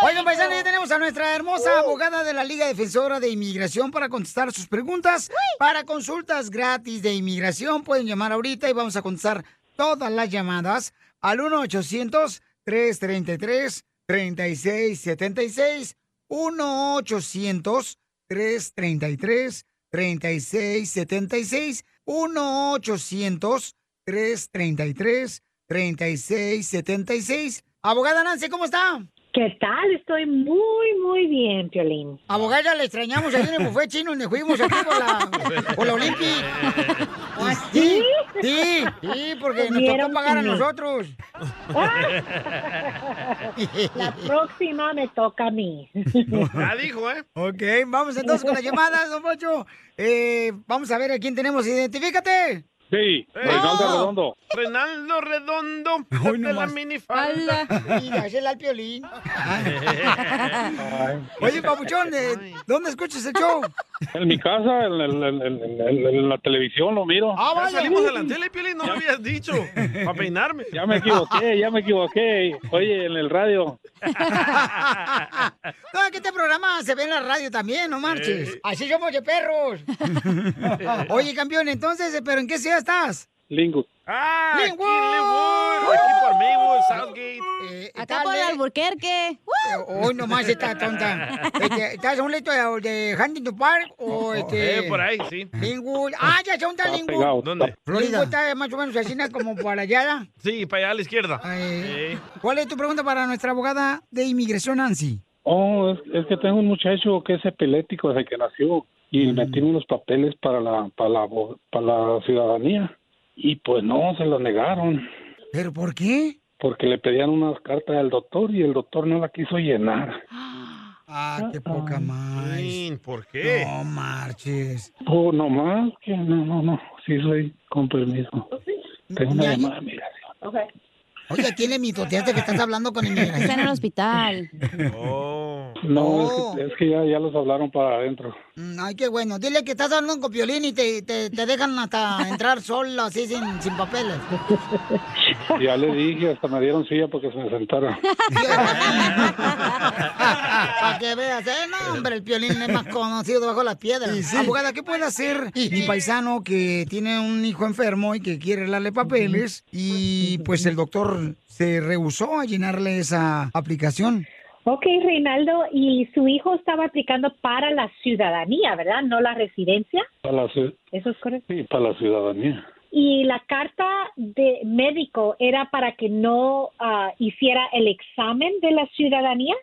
Oigan, paisanos, ya tenemos a nuestra hermosa abogada de la Liga Defensora de Inmigración para contestar sus preguntas. Para consultas gratis de inmigración, pueden llamar ahorita y vamos a contestar todas las llamadas al 1-800-333-3676. 1-800-333-3676. 1-800-333-3676. Abogada Nancy, ¿cómo está? ¿Qué tal? Estoy muy, muy bien, Piolín. Abogada, le extrañamos ahí en el buffet chino donde fuimos aquí con la, con la Olympic. Sí, sí, sí, porque nos tocó Vieron pagar a que no. nosotros. La próxima me toca a mí. Ya dijo, ¿eh? Ok, vamos entonces con las llamadas, don Pocho. Eh, vamos a ver a quién tenemos. Identifícate. Sí, Reinaldo Redondo. Renaldo Redondo, Hoy de la nomás. minifalda. Mira, es el alpiolín. Ay. Oye, papuchón, eh, ¿dónde escuchas el show? En mi casa, en, en- en- en- en- en la televisión lo miro. Ah, Ya vaya. salimos de la tele, Piolín, no me habías dicho. Para peinarme. Ya me equivoqué, ya me equivoqué. Oye, en el radio. No, es que este programa se ve en la radio también, no marches. Así somos de perros. Oye, campeón, entonces, ¿pero en eh, qué ciudad estás? Lingo. ¡Ah! Aquí en Linwood, aquí por Maywood, Southgate. Eh, Acá por el Alburquerque. Hoy nomás está tonta. Este, ¿Estás a un leto de, de Huntington Park o este? Eh, por ahí, sí. Lingwood. Ah, ya son tan Lingwood. ¿Dónde? Lingwood está más o menos así ¿no? como para allá. ¿no? Sí, para allá a la izquierda. Eh. ¿Cuál es tu pregunta para nuestra abogada de inmigración, Nancy? Oh, es, es que tengo un muchacho que es epilético desde que nació y Mm. le metieron los papeles para la, para la, abo- para la ciudadanía y pues no, se lo negaron. ¿Pero por qué? Porque le pedían unas cartas al doctor y el doctor no la quiso llenar. Ah, qué poca más. ¿Por qué? No marches. Oh, no más que no, no, no, sí soy, con permiso. Tengo una Ya, ya. llamada, mira. Oye, tiene mitoteaste que estás hablando con inmigración. Está en el hospital. No, Oh. es que, es que ya, ya los hablaron para adentro. Mm, Ay, qué bueno. Dile que estás hablando con Piolín y te, te, te dejan hasta entrar solo, así, sin, sin papeles. Ya le dije, hasta me dieron silla porque se me sentara. Para que veas, eh, no, hombre, el Piolín es más conocido bajo las piedras. Abogada, ¿qué puede hacer mi paisano que tiene un hijo enfermo y que quiere darle papeles y pues el doctor se rehusó a llenarle esa aplicación? Ok, Reinaldo, y su hijo estaba aplicando para la ciudadanía, ¿verdad? No la residencia. Para la, ci- Eso es correcto. sí, para la ciudadanía. Y la carta de médico era para que no ah, hiciera el examen de la ciudadanía.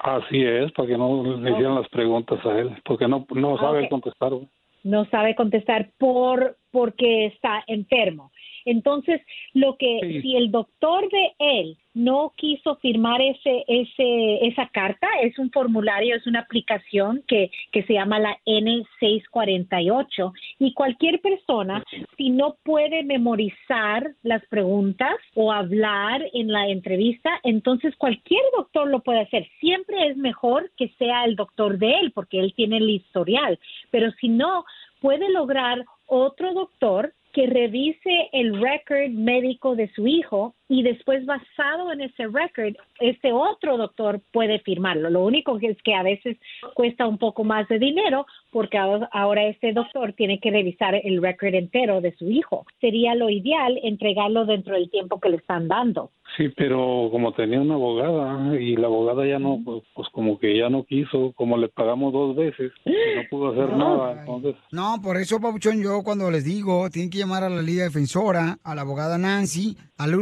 Así es, para que no le hicieran las preguntas a él, porque no, no Ah, sabe ok. contestar. güey. no sabe contestar por porque está enfermo. Entonces, lo que Sí. si el doctor de él no quiso firmar ese ese esa carta, es un formulario, es una aplicación que que se llama la N648 y cualquier persona si no puede memorizar las preguntas o hablar en la entrevista, entonces cualquier doctor lo puede hacer. Siempre es mejor que sea el doctor de él porque él tiene el historial, pero si no, puede lograr otro doctor que revise el récord médico de su hijo y después basado en ese récord, este otro doctor puede firmarlo. Lo único que es que a veces cuesta un poco más de dinero porque ahora ahora este doctor tiene que revisar el récord entero de su hijo. Sería lo ideal entregarlo dentro del tiempo que le están dando. Sí, pero como tenía una abogada y la abogada ya no, pues, pues como que ya no quiso, como le pagamos dos veces, no pudo hacer nada, entonces No, por eso, Pabuchón, yo cuando les digo, tienen que llamar a la Liga Defensora, a la abogada Nancy, al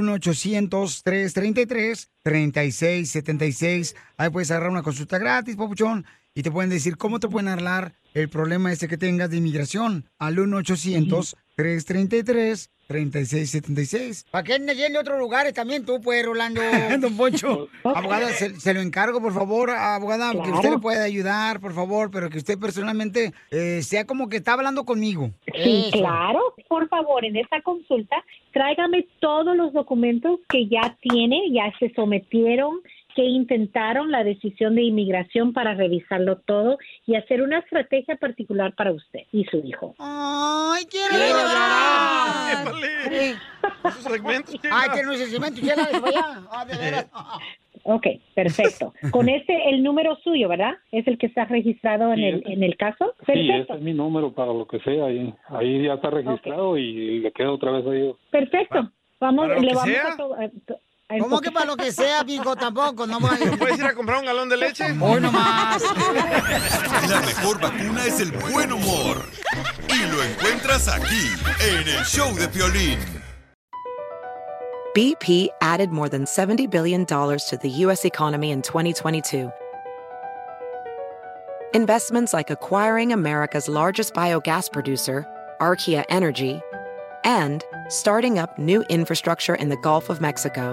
1-800-333-3676. Ahí puedes agarrar una consulta gratis, Pabuchón, y te pueden decir cómo te pueden arreglar el problema este que tengas de inmigración. Al 1-800-333-3676. ¿Para qué andas yendo a otros lugares también tú, pues, Rolando? Don Poncho. Abogada, se, se lo encargo, por favor, abogada, que usted Claro. le pueda ayudar, por favor, pero que usted personalmente eh, sea como que está hablando conmigo. Sí, Eso. claro. Por favor, en esta consulta, tráigame todos los documentos que ya tiene, ya se sometieron, que intentaron la decisión de inmigración para revisarlo todo y hacer una estrategia particular para usted y su hijo. ¡Ay, quiero, Quiero llorar! Esos segmentos, ¡Ay, que no es el segmento, chela, de allá! Ah, de veras. Ok, perfecto. Con ese, el número suyo, ¿verdad? Es el que está registrado en el, en el caso. sí, ese Perfecto. es mi número para lo que sea, ahí, ahí ya está registrado y le queda otra vez a ellos. Perfecto. Vamos, para lo le que vamos sea. a to- a... to- a ¿Cómo que para lo que sea, pico, tampoco? No voy a... ¿Puedes ir a comprar un galón de leche? Hoy nomás. La mejor vacuna es el buen humor. Y lo encuentras aquí, en el show de Piolín. BP added more than $70 billion to the U.S. economy in 2022. Investments like acquiring America's largest biogas producer, Archaea Energy, and starting up new infrastructure in the Gulf of Mexico.